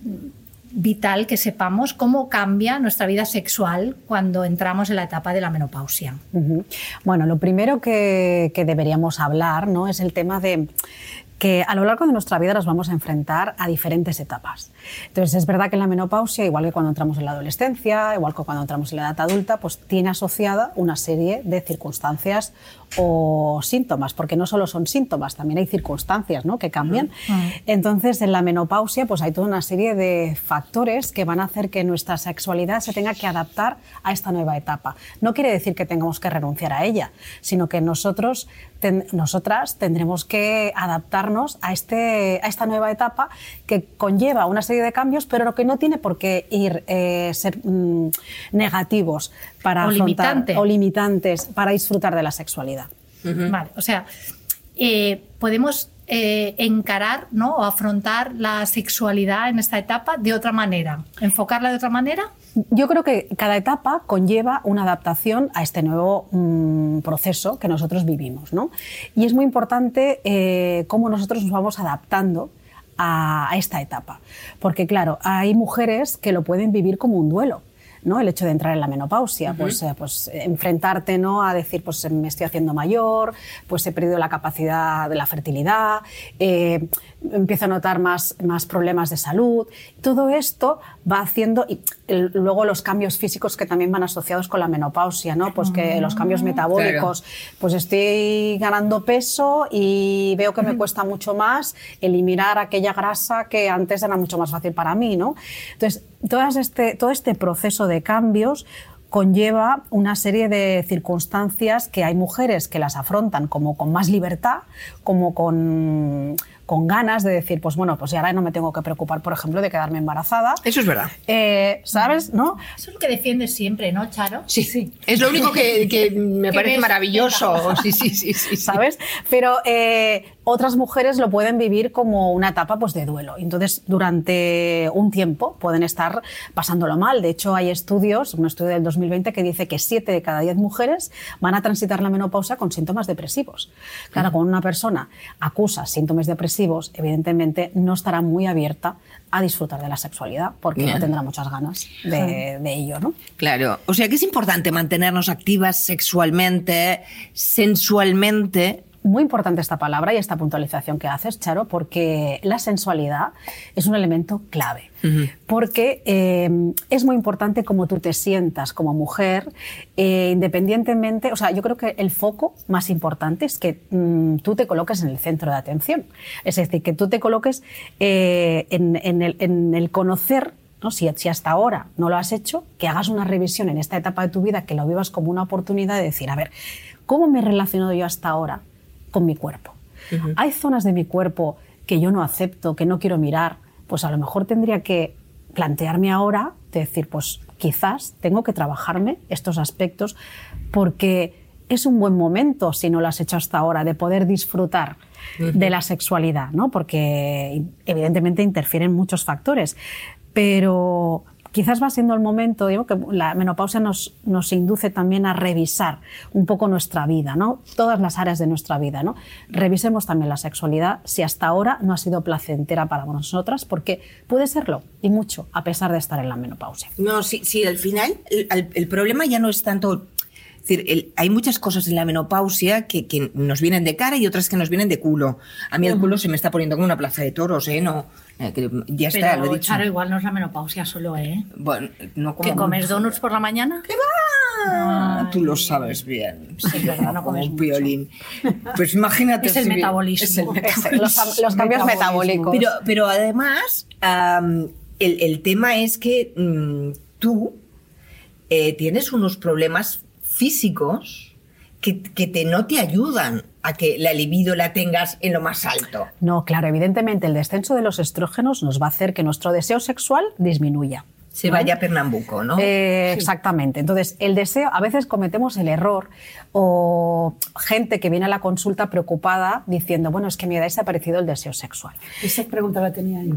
G: vital que sepamos cómo cambia nuestra vida sexual cuando entramos en la etapa de la menopausia.
H: Ujú. Bueno, lo primero que, que deberíamos hablar ¿no? es el tema de que a lo largo de nuestra vida nos vamos a enfrentar a diferentes etapas. Entonces, es verdad que en la menopausia, igual que cuando entramos en la adolescencia, igual que cuando entramos en la edad adulta, pues tiene asociada una serie de circunstancias o síntomas, porque no solo son síntomas, también hay circunstancias ¿no? que cambian. Entonces, en la menopausia, pues hay toda una serie de factores que van a hacer que nuestra sexualidad se tenga que adaptar a esta nueva etapa. No quiere decir que tengamos que renunciar a ella, sino que nosotros, ten- nosotras tendremos que adaptarnos a, este, a esta nueva etapa que conlleva una serie de cambios, pero que no tiene por qué ir eh, ser mm, negativos para
G: O
H: afrontar
G: limitante.
H: o limitantes para disfrutar de la sexualidad.
G: Vale, o sea, eh, podemos eh, encarar ¿no? o afrontar la sexualidad en esta etapa de otra manera, enfocarla de otra manera.
H: Yo creo que cada etapa conlleva una adaptación a este nuevo mm, proceso que nosotros vivimos, ¿no? Y es muy importante eh, cómo nosotros nos vamos adaptando a, a esta etapa, porque claro, hay mujeres que lo pueden vivir como un duelo. ¿no? el hecho de entrar en la menopausia, pues, eh, pues eh, enfrentarte ¿no? a decir, pues eh, me estoy haciendo mayor, pues he perdido la capacidad de la fertilidad, eh, empiezo a notar más, más problemas de salud. Todo esto va haciendo, y el- luego los cambios físicos que también van asociados con la menopausia, ¿no? pues que los cambios metabólicos, pues estoy ganando peso y veo que me cuesta mucho más eliminar aquella grasa que antes era mucho más fácil para mí. ¿no? Entonces, todas este, todo este proceso de cambios conlleva una serie de circunstancias que hay mujeres que las afrontan como con más libertad, como con, con ganas de decir, pues bueno, pues ya ahora no me tengo que preocupar, por ejemplo, de quedarme embarazada.
F: Eso es verdad.
H: Eh, ¿Sabes? ¿No?
G: Eso es lo que defiendes siempre, ¿no, Charo?
F: Sí, Es lo único que, que me
G: Que
F: parece
G: ves-
F: maravilloso. Sí, sí, sí, sí, sí.
H: ¿sabes? Pero eh, otras mujeres lo pueden vivir como una etapa pues, de duelo. Entonces, durante un tiempo pueden estar pasándolo mal. De hecho, hay estudios, un estudio del 2020 que dice que 7 de cada 10 mujeres van a transitar la menopausa con síntomas depresivos. Claro,
F: Mm.
H: cuando una persona acusa síntomas depresivos, evidentemente no estará muy abierta a disfrutar de la sexualidad porque
F: Bien.
H: no tendrá muchas ganas de, de ello, ¿no?
A: Claro, o sea que es importante mantenernos activas sexualmente, sensualmente.
H: Muy importante esta palabra y esta puntualización que haces, Charo, porque la sensualidad es un elemento clave. Porque eh, es muy importante cómo tú te sientas como mujer, eh, independientemente. O sea, yo creo que el foco más importante es que mm, tú te coloques en el centro de atención. Es decir, que tú te coloques eh, en- en el- en el conocer ¿no? Si, si hasta ahora no lo has hecho, que hagas una revisión en esta etapa de tu vida, que lo vivas como una oportunidad de decir, a ver, ¿cómo me he relacionado yo hasta ahora con mi cuerpo? Hay zonas de mi cuerpo que yo no acepto, que no quiero mirar, pues a lo mejor tendría que plantearme ahora, de decir, pues quizás tengo que trabajarme estos aspectos, porque es un buen momento, si no lo has hecho hasta ahora, de poder disfrutar de la sexualidad, ¿no? Porque evidentemente interfieren muchos factores. Pero quizás va siendo el momento, digo, que la menopausia nos, nos induce también a revisar un poco nuestra vida, ¿no? Todas las áreas de nuestra vida, ¿no? Revisemos también la sexualidad, si hasta ahora no ha sido placentera para nosotras, porque puede serlo, y mucho, a pesar de estar en la menopausia.
A: No, sí, sí, al final el, al- el problema ya no es tanto... es decir, el- hay muchas cosas en la menopausia que, que nos vienen de cara y otras que nos vienen de culo. A mí el culo se me está poniendo como una plaza de toros, ¿eh? No, eh, que ya está,
G: Pero,
A: lo he dicho.
G: Charo, igual no es la menopausia solo, ¿eh?
A: Bueno, no como
G: ¿Que comes donuts por la mañana?
A: Ah, tú lo sabes bien.
G: Sí, es verdad, no
A: Como
G: comes
A: un
G: mucho.
A: violín. Pues imagínate.
G: Es el
A: si bien-
G: metabolismo.
A: es el
G: Los-
A: metabolismo.
H: los cambios metabólicos.
A: Pero, pero además, am, el, el tema es que mm, tú eh, tienes unos problemas físicos que, que te, no te ayudan a que la libido la tengas en lo más alto.
H: No, claro, evidentemente el descenso de los estrógenos nos va a hacer que nuestro deseo sexual disminuya.
A: Se vaya a Pernambuco, ¿no?
H: Eh, Exactamente. Entonces, el deseo, a veces cometemos el error o gente que viene a la consulta preocupada diciendo, bueno, es que me ha desaparecido el deseo sexual.
C: Esa pregunta la tenía yo.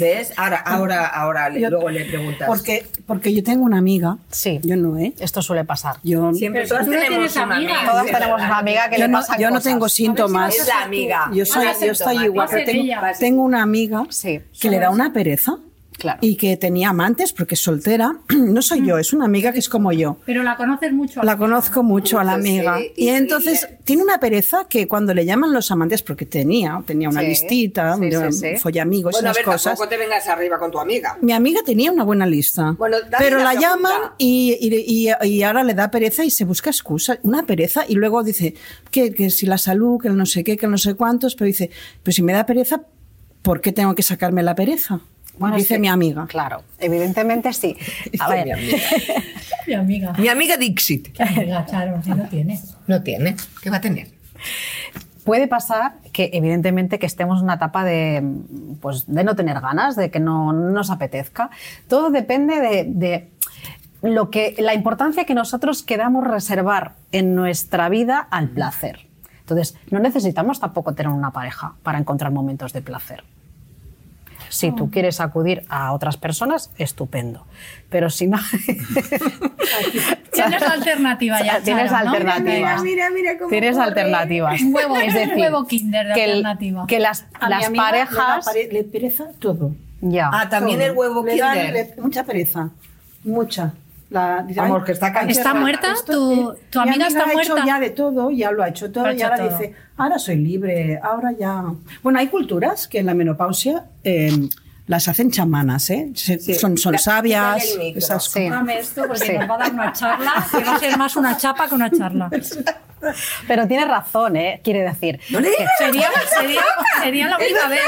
A: ¿Ves? Ahora, ahora, ahora, le-
C: Yo-
A: luego le preguntas.
C: Porque, porque yo tengo una amiga.
H: Sí.
C: Yo no, ¿eh?
H: Esto suele pasar.
C: Yo,
A: Siempre todas
G: tú no
A: tenemos
G: tienes
A: una
G: amigas.
A: amiga.
H: Todas tenemos una amiga que
C: yo
H: le
C: no,
H: pasa
C: yo no tengo síntomas.
A: Es la amiga.
C: Yo soy, yo estoy igual,
G: Vas a
C: pero
G: ser
C: tengo,
G: ella.
C: tengo una amiga
H: Sí.
C: que le da una pereza.
H: Claro.
C: y que tenía amantes porque es soltera. No soy yo, es una amiga que es como yo.
G: Pero la conoces mucho.
C: La conozco mucho a la amiga. Y entonces tiene una pereza que cuando le llaman los amantes, porque tenía, tenía una
A: Sí,
C: listita,
A: sí,
C: de
A: sí, sí.
C: follamigos,
I: Bueno, a
C: esas
I: ver,
C: cosas.
I: tampoco te vengas arriba con tu amiga.
C: Mi amiga tenía una buena lista,
I: Bueno, dale
C: pero
I: la
C: la
I: segunda.
C: llaman y, y- y- y ahora le da pereza y se busca excusa, una pereza, y luego dice que, que si la salud, que el no sé qué, que el no sé cuántos, pero dice, pero si me da pereza, ¿por qué tengo que sacarme la pereza?
H: es
C: dice
H: que-
C: mi amiga.
H: Claro, evidentemente sí. A
A: Dice
H: ver,
A: mi amiga.
G: Mi amiga.
F: Mi amiga Dixit.
G: Claro, no tiene.
F: No tiene. ¿Qué va a tener?
H: Puede pasar que evidentemente que estemos en una etapa de, pues, de no tener ganas, de que no, no nos apetezca. Todo depende de, de lo que, la importancia que nosotros queramos reservar en nuestra vida al placer. Entonces, no necesitamos tampoco tener una pareja para encontrar momentos de placer. Si
G: Oh.
H: tú quieres acudir a otras personas, estupendo. Pero si no...
G: Tienes alternativa ya.
H: Tienes
G: Charo, ¿no?
H: alternativas. Tienes alternativas.
G: Un huevo-
H: es decir,
G: un huevo kinder de
H: que el-
G: alternativa.
H: que las,
C: A mi
H: las
C: amiga le da
H: parejas.
C: pare- le pereza todo.
H: Ya.
A: Ah, también el huevo
C: Le da-
A: kinder.
C: le- mucha pereza. Mucha. La, dice,
I: Vamos,
C: "Ay,
I: que está cansada.
G: ¿Está muerta?
C: esto-
G: ¿Tu,
C: eh,
G: tu
C: mi
G: amiga está
C: ha hecho
G: muerta?
C: ya de todo, ya lo ha hecho todo
G: Lo ha
C: y
G: hecho
C: ahora
G: todo.
C: dice, ahora soy libre, ahora ya... Bueno, hay culturas que en la menopausia eh, las hacen chamanas, ¿eh? Se- Son, son
A: La-
C: sabias,
A: quítale el micro.
C: esas
H: Sí.
G: Dame esto porque
H: Sí.
G: nos va a dar una charla que va a ser más una chapa que una charla.
H: Pero tiene razón, ¿eh? Quiere decir. que-
G: Sería, sería, sería la única vez.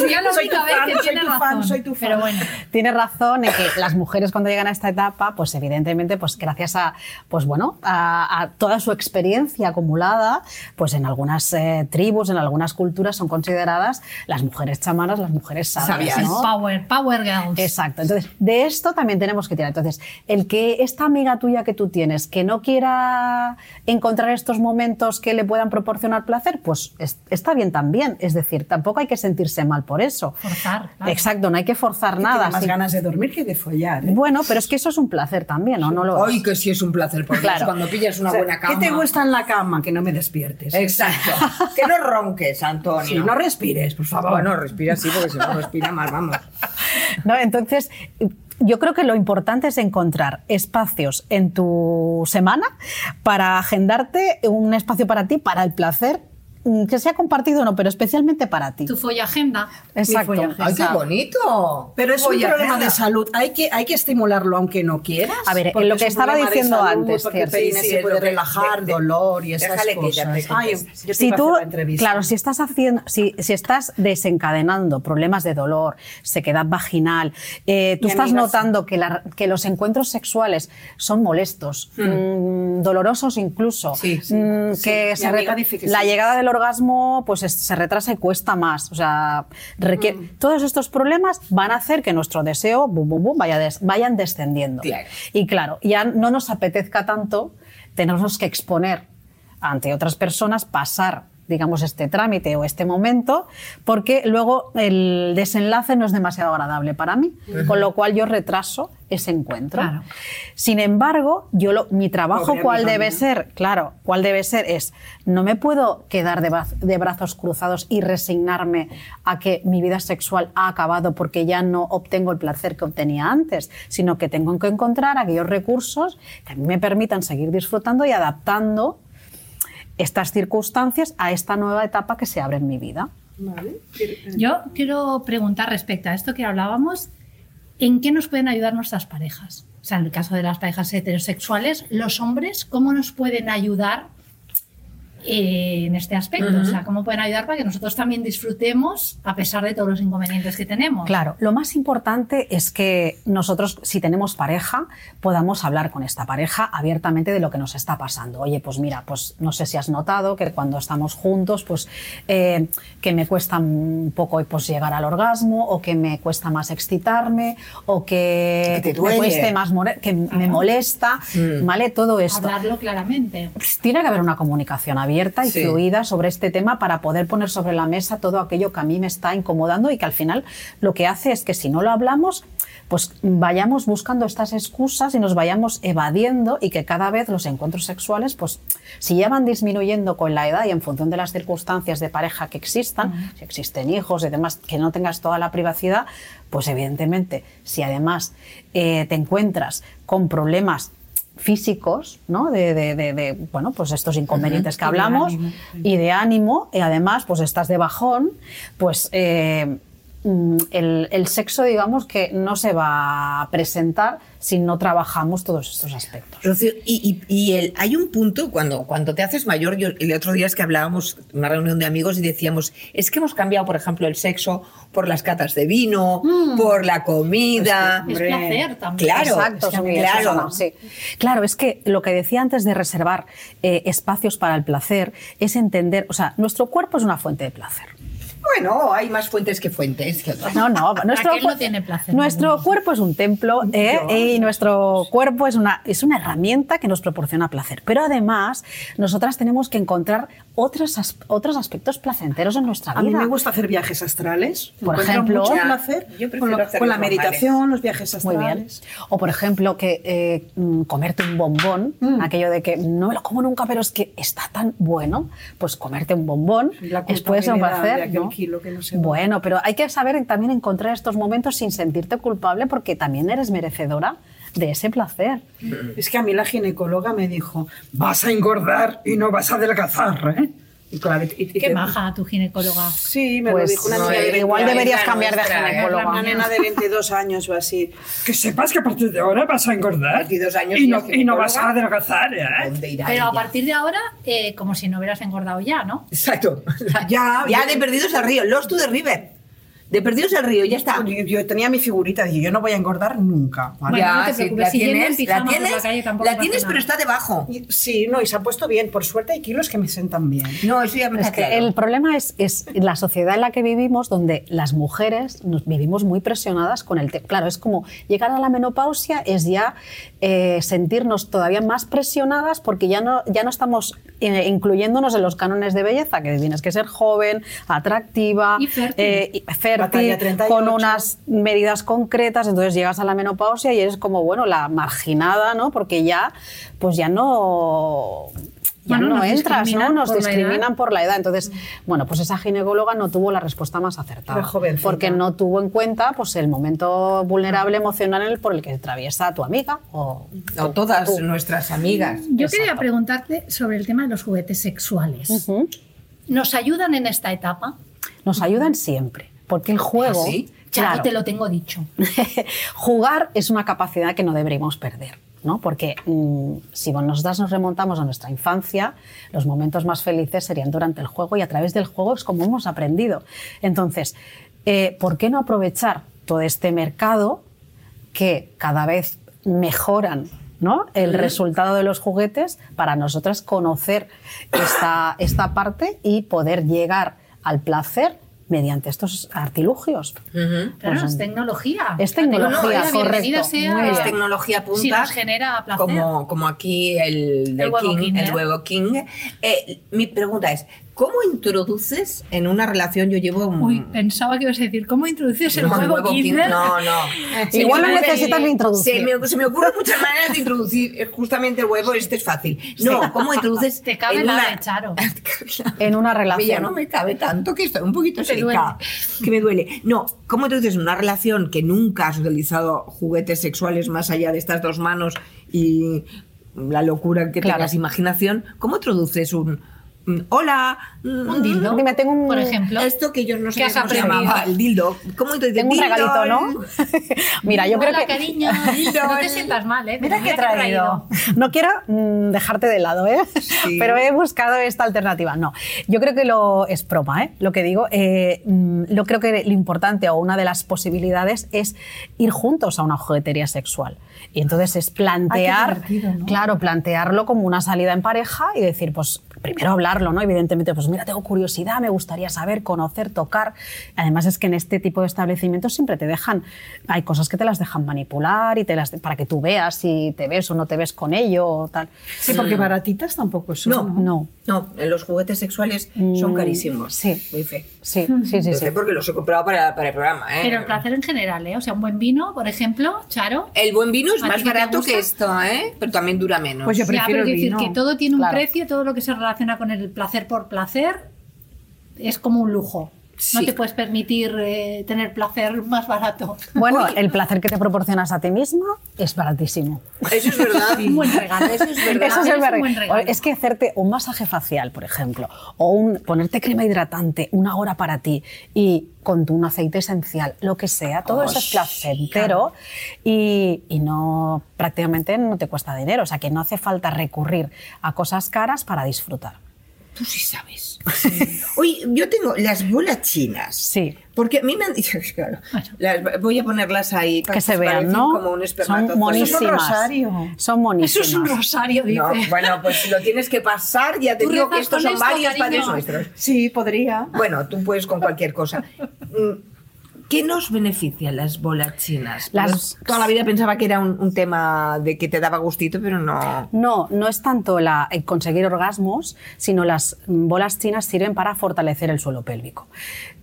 G: Sería la
C: soy tu
G: única vez
C: fan,
G: que
C: soy
G: tiene
C: tu fan,
G: razón.
C: soy tu fan.
G: Pero bueno,
H: Tiene razón en que las mujeres cuando llegan a esta etapa, pues evidentemente, pues gracias a, pues bueno, a, a toda su experiencia acumulada, pues en algunas eh, tribus, en algunas culturas son consideradas las mujeres chamanas, las mujeres sabias,
F: Sabias.
H: ¿no?
G: power, power girls.
H: Exacto. Entonces, de esto también tenemos que tirar. Entonces, el que esta amiga tuya que tú tienes, que no quiera encontrar estos momentos que le puedan proporcionar placer, pues es- está bien también. Es decir, tampoco hay que sentirse mal por eso.
G: Forzar, claro.
H: Exacto, no hay que forzar
C: Nada,
H: nada.
C: más
H: sí.
C: ganas de dormir que de follar. ¿eh?
H: Bueno, pero es que eso es un placer también, ¿no? No lo es.
I: Ay, que sí es un placer, porque
H: Claro.
I: cuando pillas una
C: O sea,
I: buena cama.
C: ¿Qué te gusta en la cama? Que no me despiertes.
I: Exacto. que no ronques, Antonio.
C: Sí, Eh, no respires, por favor.
I: Bueno, respira así, porque si no respira más, vamos.
H: ¿no? Entonces, yo creo que lo importante es encontrar espacios en tu semana para agendarte un espacio para ti, para el placer, mm, que sea compartido o no, pero especialmente para ti.
G: Tu follagenda.
H: Exacto.
C: Mi
I: ¡Ay, qué bonito!
C: Pero es un
I: Oye,
C: problema
I: nada.
C: de salud. Hay que, hay que estimularlo aunque no quieras.
H: A ver,
C: porque
H: lo que
C: es un
H: estaba
C: problema de
H: diciendo
C: salud,
H: antes,
C: porque
H: cierto.
C: el peine
I: Sí, sí,
C: se
I: es
C: puede
I: lo que-
C: relajar,
I: de- de-
C: dolor y esas
I: déjale que ella
C: cosas.
I: te
C: Ay,
I: conteste.
C: yo te
H: si
C: iba a
H: tú,
C: hacer la entrevista.
H: claro, si estás haciendo, si, si estás desencadenando problemas de dolor, sequedad vaginal, eh, tú
C: Mi
H: estás
C: amiga,
H: notando que, la- que los encuentros sexuales son molestos, mm, dolorosos incluso,
I: Sí, sí,
H: mm,
C: sí.
H: que
C: Mi
H: se
C: amiga
H: re-
C: dice que
H: la
C: sí.
H: llegada del orgasmo pues es- se retrasa y cuesta más, o sea, requiere- todos estos problemas van a hacer que nuestro deseo, bum, bum, bum, vaya des- vayan descendiendo.
I: Claro.
H: Y claro, ya no nos apetezca tanto, tenemos que exponer ante otras personas, pasar, digamos, este trámite o este momento, porque luego el desenlace no es demasiado agradable para mí, con lo cual yo retraso ese encuentro.
G: Claro.
H: Sin embargo, yo lo- mi trabajo,
C: Pobre
H: ¿cuál
C: amiga
H: debe
C: mía.
H: ser? Claro, ¿cuál debe ser? Es, no me puedo quedar de, braz- de brazos cruzados y resignarme a que mi vida sexual ha acabado porque ya no obtengo el placer que obtenía antes, sino que tengo que encontrar aquellos recursos que a mí me permitan seguir disfrutando y adaptando estas circunstancias a esta nueva etapa que se abre en mi vida.
G: Yo quiero preguntar respecto a esto que hablábamos, ¿en qué nos pueden ayudar nuestras parejas? O sea, en el caso de las parejas heterosexuales, los hombres, ¿cómo nos pueden ayudar eh, en este aspecto? O sea, ¿cómo pueden ayudar para que nosotros también disfrutemos a pesar de todos los inconvenientes que tenemos?
H: Claro, lo más importante es que nosotros, si tenemos pareja, podamos hablar con esta pareja abiertamente de lo que nos está pasando. Oye, pues mira, pues no sé si has notado que cuando estamos juntos, pues eh, que me cuesta un poco pues, llegar al orgasmo, o que me cuesta más excitarme, o que,
I: Que te
H: me
I: duele.
H: cueste más more- que me molesta, ¿vale? Todo esto
G: Hablarlo claramente.
H: pues, tiene que haber una comunicación abierta y
I: Sí.
H: fluida sobre este tema para poder poner sobre la mesa todo aquello que a mí me está incomodando y que al final lo que hace es que si no lo hablamos, pues vayamos buscando estas excusas y nos vayamos evadiendo y que cada vez los encuentros sexuales, pues si ya van disminuyendo con la edad y en función de las circunstancias de pareja que existan, si existen hijos y demás, que no tengas toda la privacidad, pues evidentemente, si además eh, te encuentras con problemas físicos, ¿no? De, de- de- de, bueno, pues estos inconvenientes que hablamos y de ánimo y además, pues estás de bajón, pues eh, mm, el, el sexo, digamos que no se va a presentar si no trabajamos todos estos aspectos.
A: Rocío, y, y- y el- hay un punto cuando, cuando te haces mayor, yo, el otro día es que hablábamos, una reunión de amigos, y decíamos, es que hemos cambiado, por ejemplo, el sexo por las catas de vino,
I: Mm.
A: por la comida.
G: Es placer también.
A: Claro,
H: Exacto,
A: es que,
H: sí,
A: claro.
H: Susana, sí. Claro, es que lo que decía antes de reservar eh, espacios para el placer es entender, o sea, nuestro cuerpo es una fuente de placer.
I: Bueno, hay más fuentes que fuentes. que otras.
H: No, no, nuestro,
G: Raquel no
H: cuer-
G: tiene placer
H: nuestro cuerpo es un templo ¿eh? y nuestro cuerpo es una, es una herramienta que nos proporciona placer. Pero además, nosotras tenemos que encontrar otras as- otros aspectos placenteros en nuestra
C: A mí
H: vida.
C: me gusta hacer viajes astrales.
H: Por
C: Encuentro
H: ejemplo,
C: mucho
H: ya.
C: placer
I: Yo prefiero
C: con, lo-
I: hacer
C: con la
I: los normales.
C: meditación, los viajes
H: Muy
C: astrales.
H: bien. O por ejemplo, que eh, mm, comerte un bombón,
C: Mm.
H: aquello de que no me lo como nunca, pero es que está tan bueno, pues comerte un bombón
C: La
H: es puede ser un
C: culpabilidad de
H: placer.
C: aquel
H: ¿no?
C: kilo que no se va.
H: bueno, pero hay que saber también encontrar estos momentos sin sentirte culpable porque también eres merecedora de ese placer.
C: Es que a mí la ginecóloga me dijo, vas a engordar y no vas a adelgazar, ¿eh? Y claro, y- y-
G: Qué maja tu ginecóloga.
C: Sí, me
H: Pues,
C: lo dijo una niña
H: eh,
C: de 20
H: igual
C: años.
H: deberías cambiar de
A: nuestra, ¿eh?
H: ginecólogo.
C: Una nena de 22 años o así.
J: Que sepas que a partir de ahora vas a engordar
I: 22 años
J: y
I: y
J: no,
I: es
J: y no vas a
I: ginecóloga.
J: adelgazar, ¿eh?
I: ¿Dónde irá
G: Pero a
I: ella?
G: partir de ahora, eh, como si no hubieras engordado ya, ¿no?
I: Exacto.
A: Ya, de perdidos al río, Lost to the River. De perdidos al río, ya está.
C: Yo, yo tenía mi figurita, dije, yo no voy a engordar nunca. ¿vale?
G: Bueno, no te
A: sí,
G: preocupes, si yendo en pijama por la calle tampoco
A: la
G: pasa
A: tienes,
G: nada.
A: pero está debajo.
C: Y- Sí, no, y se ha puesto bien. Por suerte hay kilos que me sentan bien.
A: No, eso ya me
H: Es
A: está
H: que
A: claro.
H: el problema es, es la sociedad en la que vivimos, donde las mujeres nos vivimos muy presionadas con el tema. Claro, es como llegar a la menopausia es ya eh, sentirnos todavía más presionadas porque ya no, ya no estamos eh, incluyéndonos en los cánones de belleza, que tienes que ser joven, atractiva,
G: Y fértil.
H: eh, y fértil,
C: Batalla 38.
H: con unas medidas concretas. Entonces llegas a la menopausia y eres como, bueno, la marginada, ¿no? Porque ya, pues ya no... Ya
G: Bueno,
H: no
G: nos
H: entras, ¿no? Nos
G: discriminan por la edad.
H: discriminan por la edad. Entonces, bueno, pues esa ginecóloga no tuvo la respuesta más acertada.
C: Era jovencita.
H: Porque no tuvo en cuenta pues, el momento vulnerable emocional en el- por el que atraviesa tu amiga. O...
A: O todas nuestras amigas.
G: Yo quería preguntarte sobre el tema de los juguetes sexuales.
H: Ujú.
G: ¿Nos ayudan en esta etapa?
H: Nos ayudan siempre. Porque el juego.
A: sí?
G: Charo,
H: Claro. Pues
G: te lo tengo dicho.
H: Jugar es una capacidad que no deberíamos perder, ¿no? Porque mm, si nosotras nos remontamos a nuestra infancia, los momentos más felices serían durante el juego y a través del juego es como hemos aprendido. Entonces, eh, ¿por qué no aprovechar todo este mercado que cada vez mejoran? ¿no? el resultado de los juguetes para nosotras conocer esta, esta parte y poder llegar al placer mediante estos artilugios.
G: Claro,
H: Pues,
G: es tecnología.
H: es tecnología,
G: La bienvenida
H: correcto.
G: sea.
H: Muy bien.
A: Es tecnología punta.
G: Si nos genera placer.
A: Como, como aquí el,
G: El
A: el
G: huevo
A: King,
G: King,
A: el
G: ¿eh?
A: huevo King. Eh, mi pregunta es, ¿cómo introduces en una relación? Yo llevo un...
G: Uy, pensaba que ibas a decir, ¿cómo introduces el
A: no,
G: huevo Kinder?
A: No, no. Se
H: Igual
A: me
H: lo
A: ocurre-
H: necesitas introducir.
A: Se me, se me ocurren muchas maneras de introducir eh, justamente el huevo, este es fácil. No, ¿cómo introduces?
G: Te cabe
A: en
G: la
A: una-
G: de Charo.
H: en una
A: ya
H: relación.
A: no me cabe tanto que estoy un poquito
G: Te duele.
A: seca, que me duele. No, ¿cómo te dices en una relación que nunca has utilizado juguetes sexuales más allá de estas dos manos y la locura que
H: Claro.
A: tengas imaginación? ¿Cómo introduces un, un hola, un
G: dildo,
H: Dime, tengo un,
G: Por ejemplo.
A: Esto que yo no sé
G: ¿Qué has
A: cómo se
G: aprendido?
A: llamaba, el dildo. ¿Cómo introduces
H: tengo un
A: dildo,
H: regalito, ¿no?
A: el-
H: Mira, yo creo
G: Hola,
H: que
G: cariño. No te sientas mal, ¿eh?
H: Mira
G: Pero
H: que he traído. No quiero mm, dejarte de lado, ¿eh? Pero he buscado esta alternativa. No, yo creo que lo es broma, ¿eh? Lo que digo, eh, mm, lo creo que lo importante o una de las posibilidades es ir juntos a una juguetería sexual. Y entonces es plantear, claro, plantearlo como una salida en pareja y decir, pues primero hablarlo, ¿no? Evidentemente, pues mira, tengo curiosidad, me gustaría saber, conocer, tocar. Además es que en este tipo de establecimientos siempre te dejan, hay cosas que te las dejan manipular y te las para que tú veas si te ves o no te ves con ello o tal.
C: Sí, porque baratitas tampoco son.
A: No,
H: No.
A: No, los juguetes sexuales son
H: Mm,
A: carísimos.
H: sí.
A: Muy fe.
H: Sí, sí, sí.
A: Lo
H: sí.
A: sé porque los he comprado para, para el programa, ¿eh?
G: Pero el placer en general, ¿eh? O sea, un buen vino, por ejemplo, Charo.
A: El buen vino es
G: ¿A ti
A: más
G: que te
A: barato
G: gusta?
A: que esto, ¿eh? Pero también dura menos.
C: Pues yo
G: Ya,
C: prefiero
G: pero
C: el
G: quiero decir
C: vino.
G: que todo tiene un
H: Claro.
G: precio, todo lo que se relaciona con el placer por placer es como un lujo. No
A: Sí.
G: te puedes permitir eh, tener placer más barato.
H: Bueno, el placer que te proporcionas a ti misma es baratísimo.
A: Eso es verdad.
G: Un buen regalo.
A: Eso es verdad.
H: Eso es,
G: es
H: el
G: un
H: barri-
G: buen regalo.
H: Es que hacerte un masaje facial, por ejemplo, o un, ponerte crema hidratante una hora para ti y con tu- un aceite esencial, lo que sea, todo eso es placentero y, y no prácticamente no te cuesta dinero, o sea que no hace falta recurrir a cosas caras para disfrutar.
A: Tú sí sabes. Oye, yo tengo las bolas chinas.
H: Sí.
A: Porque a mí me han dicho, claro, las- voy a ponerlas ahí para
H: Que se vean,
A: parecen
H: ¿no?
A: como un
H: Son
A: espermatozoide.
H: monísimas.
C: rosario.
H: Son monísimas.
G: Eso es un rosario, dice.
A: No, bueno, pues si lo tienes que pasar, ya te
G: Tú
A: digo que
G: rezas
A: estos
G: con
A: son
G: esto,
A: varios
G: cariño.
A: padres nuestros.
C: Sí, podría.
A: Bueno, tú puedes con cualquier cosa. Mm, ¿Qué nos beneficia las bolas chinas?
H: Las-
A: Pues toda la vida pensaba que era un, un tema de que te daba gustito, pero no.
H: No, no es tanto la, el conseguir orgasmos, sino las bolas chinas sirven para fortalecer el suelo pélvico.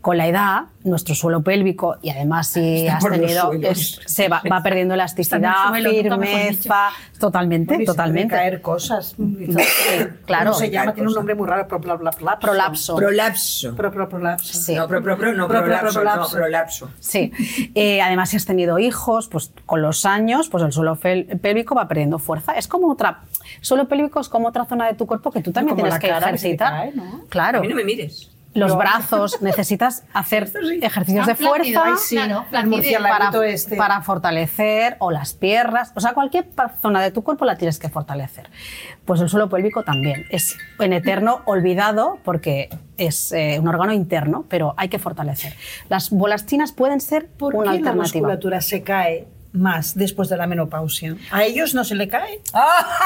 H: Con la edad, nuestro suelo pélvico, y además si
A: Está
H: has
A: por los
H: tenido,
A: suelos.
H: es- se va, va perdiendo elasticidad,
G: suelo, nunca mejor
H: firmeza, totalmente,
C: Bueno, y se
H: totalmente. Mm.
C: pueden caer cosas.
H: claro.
C: No se llama, tiene un nombre muy raro, pro, pro- pro- prolapso.
H: Prolapso.
A: Prolapso.
C: Pro- pro- prolapso.
H: Sí.
A: No, pro, pro- pro- no,
C: Pro- pro-
A: prolapso, no,
C: prolapso.
A: prolapso.
H: Sí. Eh, además, si has tenido hijos, pues con los años, pues el suelo fel- pélvico va perdiendo fuerza. Es como otra. Suelo pélvico es como otra zona de tu cuerpo que tú también
C: Como
H: tienes
C: la
H: que
C: cara que se te
H: ejercitar.
C: cae, ¿no?
H: Claro.
A: A mí no me mires.
H: Los brazos, necesitas hacer ejercicios de
G: Están
H: fuerza.
G: planido, ay, sí, ¿no?
C: El
G: Planido.
C: murciélago
H: para,
C: este.
H: para fortalecer o las piernas, o sea, cualquier pa- zona de tu cuerpo la tienes que fortalecer. Pues el suelo pélvico también es en eterno olvidado porque es eh, un órgano interno, pero hay que fortalecer. Las bolas chinas pueden ser
C: ¿Por
H: una
C: qué la
H: alternativa.
C: musculatura se cae más después de la menopausia? ¿A ellos no se le cae?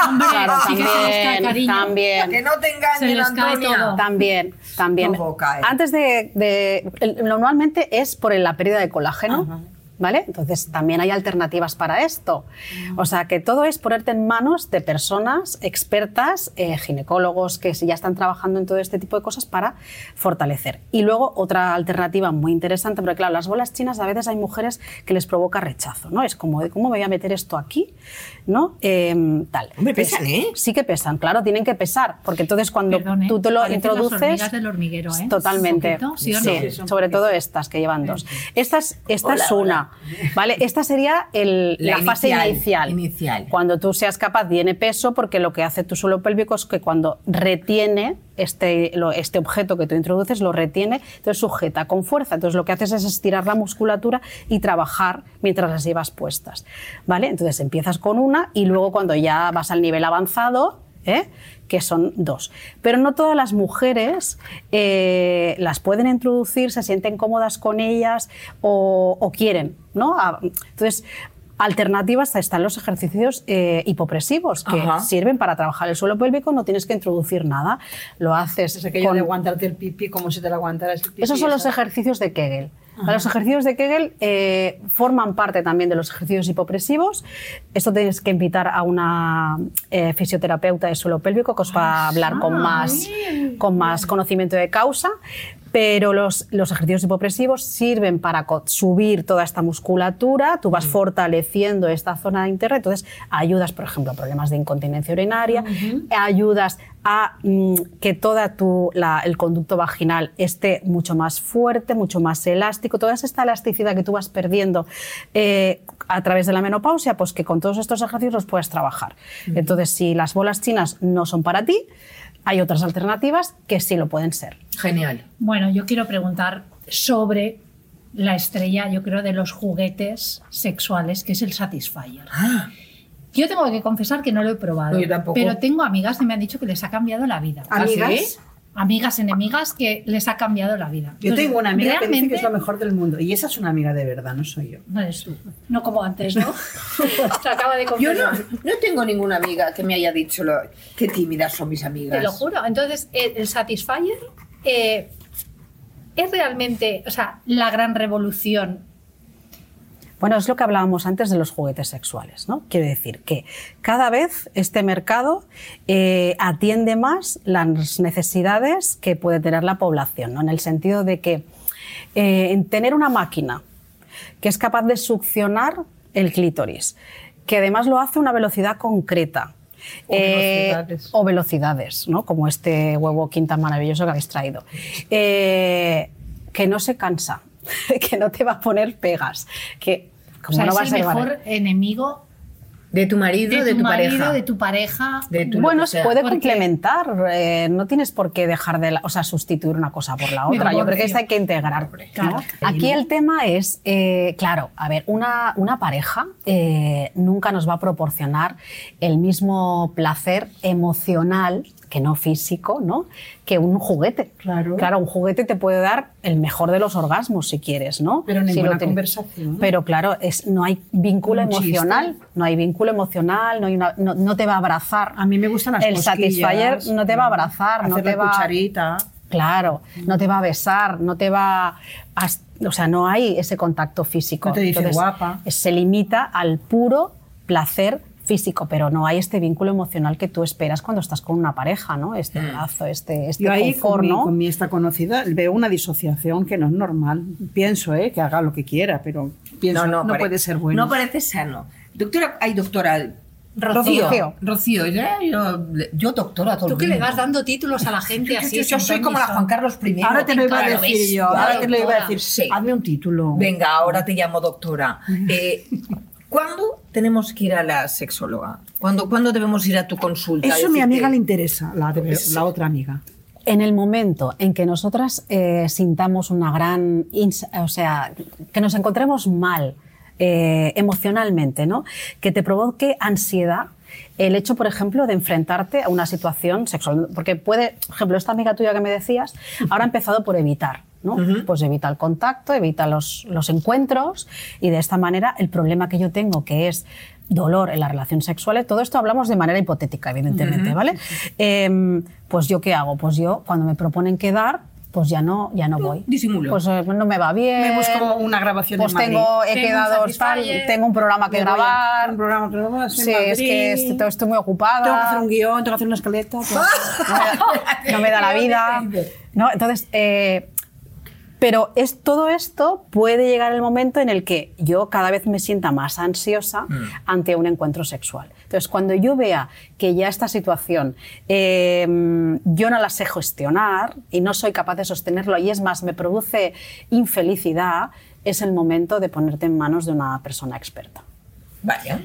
G: Hombre,
H: Claro,
G: sí que se nos cae,
H: también,
G: cariño.
H: también.
A: Que no te
G: Se
A: engañen,
G: les cae
A: Antonia.
G: todo.
H: También, también.
A: Todo cae.
H: Antes de, de- el- normalmente es por la pérdida de colágeno. ¿Vale? Entonces también hay alternativas para esto. O sea que todo es ponerte en manos de personas expertas, eh, ginecólogos que ya están trabajando en todo este tipo de cosas para fortalecer. Y luego otra alternativa muy interesante, porque claro, las bolas chinas a veces hay mujeres que les provoca rechazo, ¿no? Es como, de, ¿cómo me voy a meter esto aquí? ¿No? Em, tal.
A: Hombre, pesan, ¿eh?
H: Sí que pesan, claro, tienen que pesar, porque entonces cuando
G: Perdón, ¿eh?
H: tú te lo
G: Parecen las
H: introduces.
G: hormigas del hormiguero, ¿eh?
H: Totalmente.
G: Un poquito, ¿sí
H: sí,
G: o no? Sí,
C: son
H: sobre todo estas que llevan dos. Esta es, esta es una. ¿Vale? Esta sería el- la,
A: La
H: fase
A: inicial,
H: inicial.
A: inicial.
H: Cuando tú seas capaz, tiene peso, porque lo que hace tu suelo pélvico es que cuando retiene este, lo- este objeto que tú introduces, lo retiene, entonces sujeta con fuerza. Entonces lo que haces es estirar la musculatura y trabajar mientras las llevas puestas. ¿Vale? Entonces empiezas con una y luego cuando ya vas al nivel avanzado, ¿eh? que son dos. Pero no todas las mujeres eh, las pueden introducir, se sienten cómodas con ellas o, o quieren. ¿no? A- Entonces, alternativas están los ejercicios eh, hipopresivos, que
A: Ajá.
H: sirven para trabajar el suelo pélvico, no tienes que introducir nada, lo haces
C: Es aquello
H: con-
C: de aguantarte el pipí como si te lo aguantaras el pipí.
H: esos son los
C: ¿sabes?
H: ejercicios de Kegel. Los ejercicios de Kegel eh, forman parte también de los ejercicios hipopresivos. Esto tienes que invitar a una eh, fisioterapeuta de suelo pélvico que os
C: Ah,
H: va a hablar con más, con más conocimiento de causa. Pero los, los ejercicios hipopresivos sirven para co- subir toda esta musculatura, tú vas fortaleciendo esta zona interna, entonces ayudas, por ejemplo, a problemas de incontinencia urinaria, ayudas a mm, que toda tu la- el conducto vaginal esté mucho más fuerte, mucho más elástico, toda esta elasticidad que tú vas perdiendo eh, a través de la menopausia, pues que con todos estos ejercicios los puedes trabajar. Entonces, si las bolas chinas no son para ti, hay otras alternativas que sí lo pueden ser.
K: Genial.
G: Bueno, yo quiero preguntar sobre la estrella, yo creo, de los juguetes sexuales, que es el Satisfyer.
C: Ah.
G: Yo tengo que confesar que no lo he probado,
A: No, yo tampoco.
G: pero tengo amigas que me han dicho que les ha cambiado la vida.
C: ¿Amigas?
G: Amigas, enemigas que les ha cambiado la vida.
C: Yo
G: Entonces,
C: tengo una amiga que dice
G: realmente-
C: que es lo mejor del mundo. Y esa es una amiga de verdad, no soy yo.
G: No eres tú, no como antes, ¿no? Se acaba de
I: Yo
G: confesar.
I: no, no tengo ninguna amiga que me haya dicho lo, qué tímidas son mis amigas.
G: Te lo juro. Entonces, el, el Satisfyer eh, es realmente, o sea, la gran revolución
H: Bueno, es lo que hablábamos antes de los juguetes sexuales, ¿no? Quiero decir que cada vez este mercado eh, atiende más las necesidades que puede tener la población, ¿no? En el sentido de que eh, en tener una máquina que es capaz de succionar el clítoris, que además lo hace a una velocidad concreta. eh,
F: O velocidades.
H: o velocidades, ¿no? como este huevo quinta maravilloso que habéis traído. Eh, que no se cansa, que no te va a poner pegas, que
G: O
H: como
G: sea,
H: no va a
G: es el
H: ser
G: mejor
H: barato.
G: enemigo
A: De tu marido, de,
G: de, tu, marido,
A: pareja.
G: de tu pareja.
A: De tu-
H: Bueno,
A: o
H: se
A: sea,
H: puede
G: porque-
H: complementar, eh, no tienes por qué dejar de, la- o sea, sustituir una cosa por la otra. Yo creo que esto hay que integrar. ¿no?
G: Claro.
H: Aquí el tema es, eh, claro, a ver, una, una pareja eh, nunca nos va a proporcionar el mismo placer emocional que no físico, ¿no? Que un juguete.
C: Claro.
H: Claro, un juguete te puede dar el mejor de los orgasmos si quieres, ¿no?
C: Pero
H: Si
C: ninguna
H: lo tienes.
C: conversación.
H: Pero claro, es, no hay vínculo
C: Un chiste.
H: emocional, no hay vínculo emocional, no, hay una- no- no te va a abrazar.
C: A mí me gustan las
H: El
C: cosquillas,
H: Satisfyer no te va a abrazar,
C: hacer
H: no te
C: la
H: va-
C: cucharita.
H: Claro, no
C: Mm.
H: te va a besar, no te va a, o sea, no hay ese contacto físico. eh,
C: No te dice guapa.
H: Se limita al puro placer físico, pero no hay este vínculo emocional que tú esperas cuando estás con una pareja, ¿no? Este lazo, este, este
C: Mm. Yo ahí
H: confort,
C: con, mi,
H: ¿no?
C: con mi esta conocida veo una disociación que no es normal. Pienso, ¿eh? Que haga lo que quiera, pero pienso, no,
A: pare-
C: puede ser bueno.
A: No parece sano. Doctora, ay, doctora.
H: Rocío.
A: Rocío, Rocío, yo, yo, yo doctora todo
G: Tú
A: el
G: que le
A: mundo.
G: vas dando títulos a la gente
A: Yo-
G: así.
A: yo,
G: sin
A: soy como la
G: permiso.
A: Juan Carlos I.
C: ahora te lo iba a
G: claro,
C: decir
G: ves,
C: yo, ahora
G: claro,
C: te lo iba a
G: ahora.
C: decir.
A: Sí.
C: Hazme un título.
A: Venga, ahora te llamo doctora. Eh, ¿Cuándo tenemos que ir a la sexóloga? ¿Cuándo, ¿cuándo debemos ir a tu consulta?
C: Eso a
A: Decirte-
C: mi amiga le interesa, la, de- la otra amiga.
H: En el momento en que nosotras eh, sintamos una gran, ins- o sea, que nos encontremos mal eh, emocionalmente, ¿no? Que te provoque ansiedad. El hecho, por ejemplo, de enfrentarte a una situación sexual, porque puede, por ejemplo, esta amiga tuya que me decías, ahora ha empezado por evitar, ¿no? Pues evita el contacto, evita los, los encuentros y de esta manera el problema que yo tengo, que es dolor en la relación sexual, ¿eh? todo esto hablamos de manera hipotética, evidentemente, ¿vale? Em, pues yo qué hago? Pues yo cuando me proponen quedar, pues ya no, ya no voy.
A: disimulo.
H: Pues eh, no me va bien.
C: Me busco una grabación
H: Pues
C: en Madrid.
H: tengo, he
G: Tengo un
H: quedado tal,
G: Satisfyer,
H: tengo un programa que
C: Me voy a-
H: grabar.
C: Un programa que grabar, en
H: Sí, es que
C: Madrid.
H: est- todo estoy muy ocupada.
C: Tengo que hacer un guión, tengo que hacer una escaleta. pues-
H: no me da la vida. ¿no? Entonces, eh, pero es, todo esto puede llegar el momento en el que yo cada vez me sienta más ansiosa ante un encuentro sexual. Entonces, cuando yo vea que ya esta situación eh, yo no la sé gestionar y no soy capaz de sostenerlo y es más, me produce infelicidad, es el momento de ponerte en manos de una persona experta.
A: Vaya.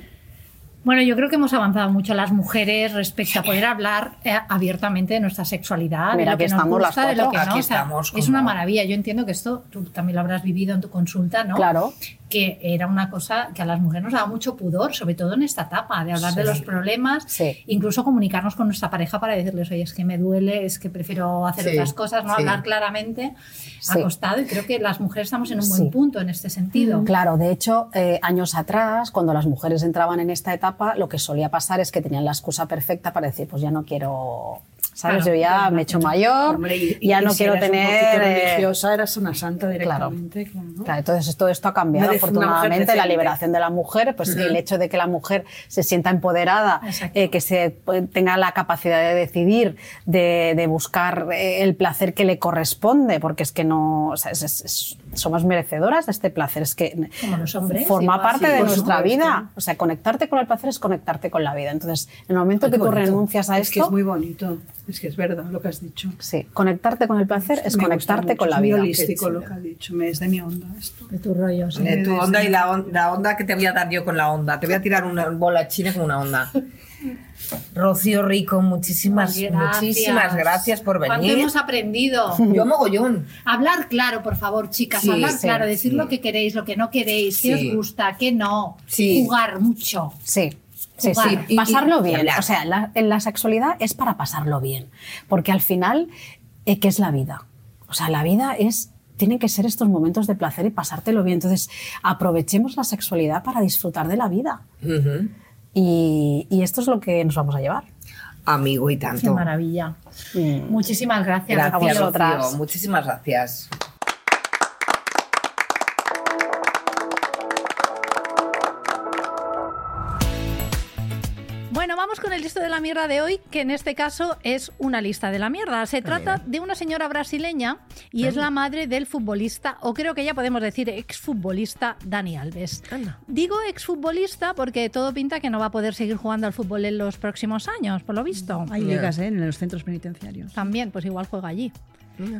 G: Bueno, yo creo que hemos avanzado mucho las mujeres respecto a poder hablar eh, abiertamente de nuestra sexualidad,
H: Mira,
G: de lo que
H: aquí
G: nos
H: estamos las
G: gusta, de lo que
H: cuatro.
G: no.
A: Aquí
G: O sea,
A: estamos
G: es
A: como-
G: una maravilla. Yo entiendo que esto tú también lo habrás vivido en tu consulta, ¿no?
H: Claro.
G: Que era una cosa que a las mujeres nos daba mucho pudor, sobre todo en esta etapa, de hablar de los problemas,
H: Sí.
G: incluso comunicarnos con nuestra pareja para decirles, oye, es que me duele, es que prefiero hacer
A: Sí,
G: otras cosas, no
A: sí.
G: hablar claramente.
H: Sí.
G: Ha costado y creo que las mujeres estamos en un buen
H: Sí. Mm,
G: punto en este sentido.
H: Claro, de hecho, eh, años atrás, cuando las mujeres entraban en esta etapa, lo que solía pasar es que tenían la excusa perfecta para decir, pues ya no quiero, ¿sabes?
G: Claro,
H: Yo ya
G: claro,
H: me he hecho
L: Ah,
H: mayor,
C: Hombre, y- y
H: ya no
C: si
H: quiero
C: eras un
H: tener...
C: poquito
H: eh,
C: religiosa, eras una santa directamente. Claro.
H: Claro, entonces todo esto ha cambiado
C: Una def- una mujer
H: afortunadamente, la
C: decente.
H: liberación de la mujer, pues el hecho de que la mujer se sienta empoderada,
G: Exacto.
H: eh, que se pues, tenga la capacidad de decidir, de, de buscar eh, el placer que le corresponde, porque es que no, o sea, es- es- es- somos merecedoras de este placer, es que
G: Como los hombres,
H: forma
G: igual,
H: parte
G: sí,
H: de
G: por
H: nuestra
C: supuesto.
H: vida, o sea, conectarte con el placer es conectarte con la vida, entonces en el momento que tú renuncias a
C: Es que
H: esto,
C: es muy bonito. Es que es verdad lo que has dicho.
H: sí, conectarte con el placer es
C: Me gusta
H: conectarte
C: mucho,
H: con la
C: es muy
H: vida.
C: holístico lo que has dicho. Me es de mi onda esto.
G: De tu rollo, sí.
A: De Eh, tu onda y la, on- la onda que te voy a dar yo con la onda. Te voy a tirar una bola china con una onda. Rocío Rico, muchísimas, muchísimas gracias por
G: ¿Cuánto
A: venir.
G: hemos aprendido?
A: Yo mogollón.
G: Hablar claro, por favor, chicas.
A: Sí,
G: hablar
A: sí,
G: claro, decir
A: sí.
G: lo que queréis, lo que no queréis, qué
A: Sí.
G: os gusta, qué no.
A: Sí.
G: Jugar mucho.
H: Sí. Sí,
G: Jugar.
H: sí,
A: Y- y-
H: pasarlo
A: y
H: bien.
A: hablar.
H: O sea, la, en la sexualidad es para pasarlo bien. Porque al final, eh, ¿qué es la vida? O sea, la vida es. Tienen que ser estos momentos de placer y pasártelo bien. Entonces, aprovechemos la sexualidad para disfrutar de la vida.
A: Ujú.
H: Y, y esto es lo que nos vamos a llevar.
A: Amigo y
G: Qué
A: tanto.
G: maravilla.
H: Mm.
G: Muchísimas gracias.
A: Gracias,
G: Rocío.
A: Rocío.
H: vosotras.
A: Muchísimas gracias.
B: vamos con el listo de la mierda de hoy, que en este caso es una lista de la mierda. Se trata de una señora brasileña y es la madre del futbolista, o creo que ya podemos decir exfutbolista Dani Alves.
F: Anda.
B: Digo exfutbolista porque todo pinta que no va a poder seguir jugando al fútbol en los próximos años, por lo visto.
L: Hay ligas ¿eh? en los centros penitenciarios.
B: También, pues igual juega allí.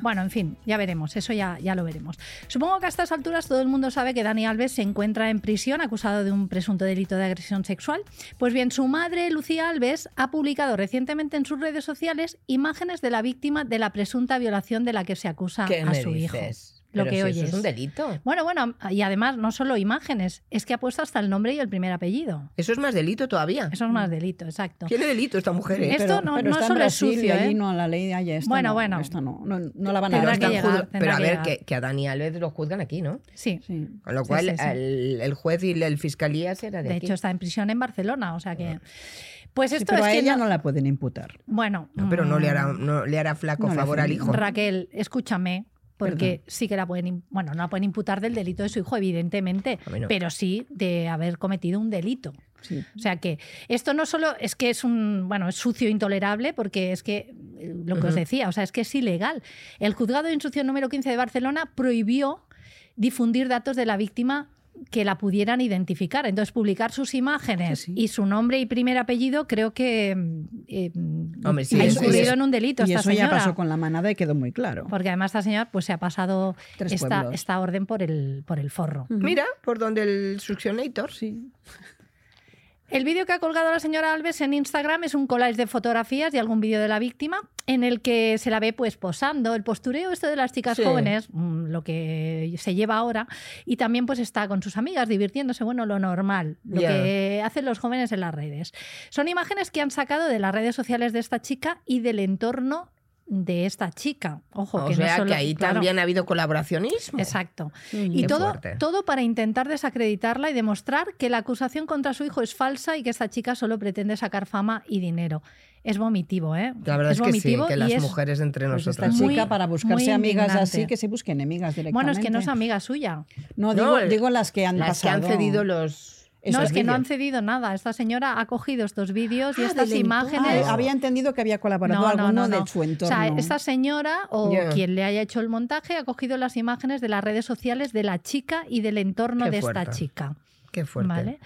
B: Bueno, en fin, ya veremos, eso ya, ya lo veremos. Supongo que a estas alturas todo el mundo sabe que Dani Alves se encuentra en prisión acusado de un presunto delito de agresión sexual. Pues bien, su madre, Lucía Alves, ha publicado recientemente en sus redes sociales imágenes de la víctima de la presunta violación de la que se acusa
F: ¿Qué
B: a
F: me
B: su hijo.
F: dices?
B: Lo
F: Pero
B: que
F: si
B: oyes.
F: Eso es un delito.
B: Bueno, bueno, y además no solo imágenes, es que ha puesto hasta el nombre y el primer apellido.
F: Eso es más delito todavía.
B: Eso es más delito, exacto.
F: Tiene delito esta mujer, ¿eh?
B: Esto no-
L: pero
B: no
L: está en
B: solo es
L: Brasil y
B: sucio,
L: allí
B: ¿eh?
L: no, la ley de allá esto
B: Bueno,
L: no,
B: bueno.
L: esto no, no, no la van a
F: Pero,
B: Tendrá
L: dar.
B: que
F: están
B: llegar,
F: juzga-
B: tendrá
F: pero a
B: que
F: ver,
B: llegar.
F: que, que a Dani Alves lo juzgan aquí, ¿no?
B: Sí.
L: Sí.
F: Con lo
B: Sí,
F: cual,
B: sí, sí.
F: El, el juez y la el fiscalía será
B: De
F: de, aquí. Ah.
B: hecho, está en prisión en Barcelona, o sea que. Pues
L: Sí,
B: esto
L: pero
B: es
L: a
B: que.
L: ella
B: no-
L: no... la pueden imputar.
B: Bueno.
F: No, pero no le hará,
B: mm,
F: no le hará flaco
L: No le
F: favor
L: hace
F: al
L: ningún-
F: hijo.
B: Raquel, escúchame, porque sí que la pueden. im- Bueno, no la pueden imputar del delito de su hijo, evidentemente,
F: A mí no.
B: pero sí de haber cometido un delito.
L: Sí.
B: O sea que esto no solo es que es un, bueno, es sucio e intolerable, porque es que eh, lo que os
F: Ujú.
B: decía, o sea, es que es ilegal. El juzgado de instrucción número 15 de Barcelona prohibió difundir datos de la víctima que la pudieran identificar. Entonces, publicar
F: Ah,
B: sus imágenes
L: Sí, sí.
B: y su nombre y primer apellido creo que mm, eh,
F: Hombre, sí,
B: ha
F: eso-
B: incurrido
F: eso-
B: en un delito
L: Y
B: esta
L: eso
B: señora.
L: ya pasó con la manada y quedó muy claro.
B: Porque además esta señora pues, se ha pasado
L: Tres
B: esta,
L: pueblos.
B: esta orden por el, por el forro.
F: Mira, por donde el succionator.
L: Sí.
B: El vídeo que ha colgado la señora Alves en Instagram es un collage de fotografías y algún vídeo de la víctima en el que se la ve pues posando, el postureo esto de las chicas
F: Sí.
B: jóvenes, mm, lo que se lleva ahora, y también pues está con sus amigas divirtiéndose, bueno, lo normal, lo
F: Ya.
B: que hacen los jóvenes en las redes. Son imágenes que han sacado de las redes sociales de esta chica y del entorno de esta chica. Ojo,
F: O
B: que no
F: sea
B: solo-
F: que ahí
B: claro.
F: también ha habido colaboracionismo.
B: Exacto. Y
F: Qué
B: todo,
F: fuerte.
B: todo para intentar desacreditarla y demostrar que la acusación contra su hijo es falsa y que esta chica solo pretende sacar fama y dinero. Es vomitivo, ¿eh?
F: La verdad es, que sí,
B: vomitivo
F: que
B: y
F: las
B: es-
F: mujeres entre
L: Pues esta
F: nosotras.
B: muy-
L: chica para buscarse
B: muy
L: amigas
B: indignante.
L: así que se busque enemigas directamente.
B: Bueno, es que no es amiga suya.
L: No,
F: No,
L: digo,
F: el-
L: digo las que han
F: las
L: pasado.
F: que han cedido los.
L: Eso
B: no, es que no
F: vídeos.
B: han cedido nada. Esta señora ha cogido estos vídeos y
F: Ah,
B: estas
F: del
L: Ah,
B: imágenes.
F: entorno.
L: había entendido que había colaborado alguno de su entorno.
B: O sea, esta señora o
F: Ya.
B: quien le haya hecho el montaje ha cogido las imágenes de las redes sociales de la chica y del entorno
F: Qué
B: de esta
F: fuerte.
B: chica.
F: Qué fuerte. Ah.
B: ¿Vale?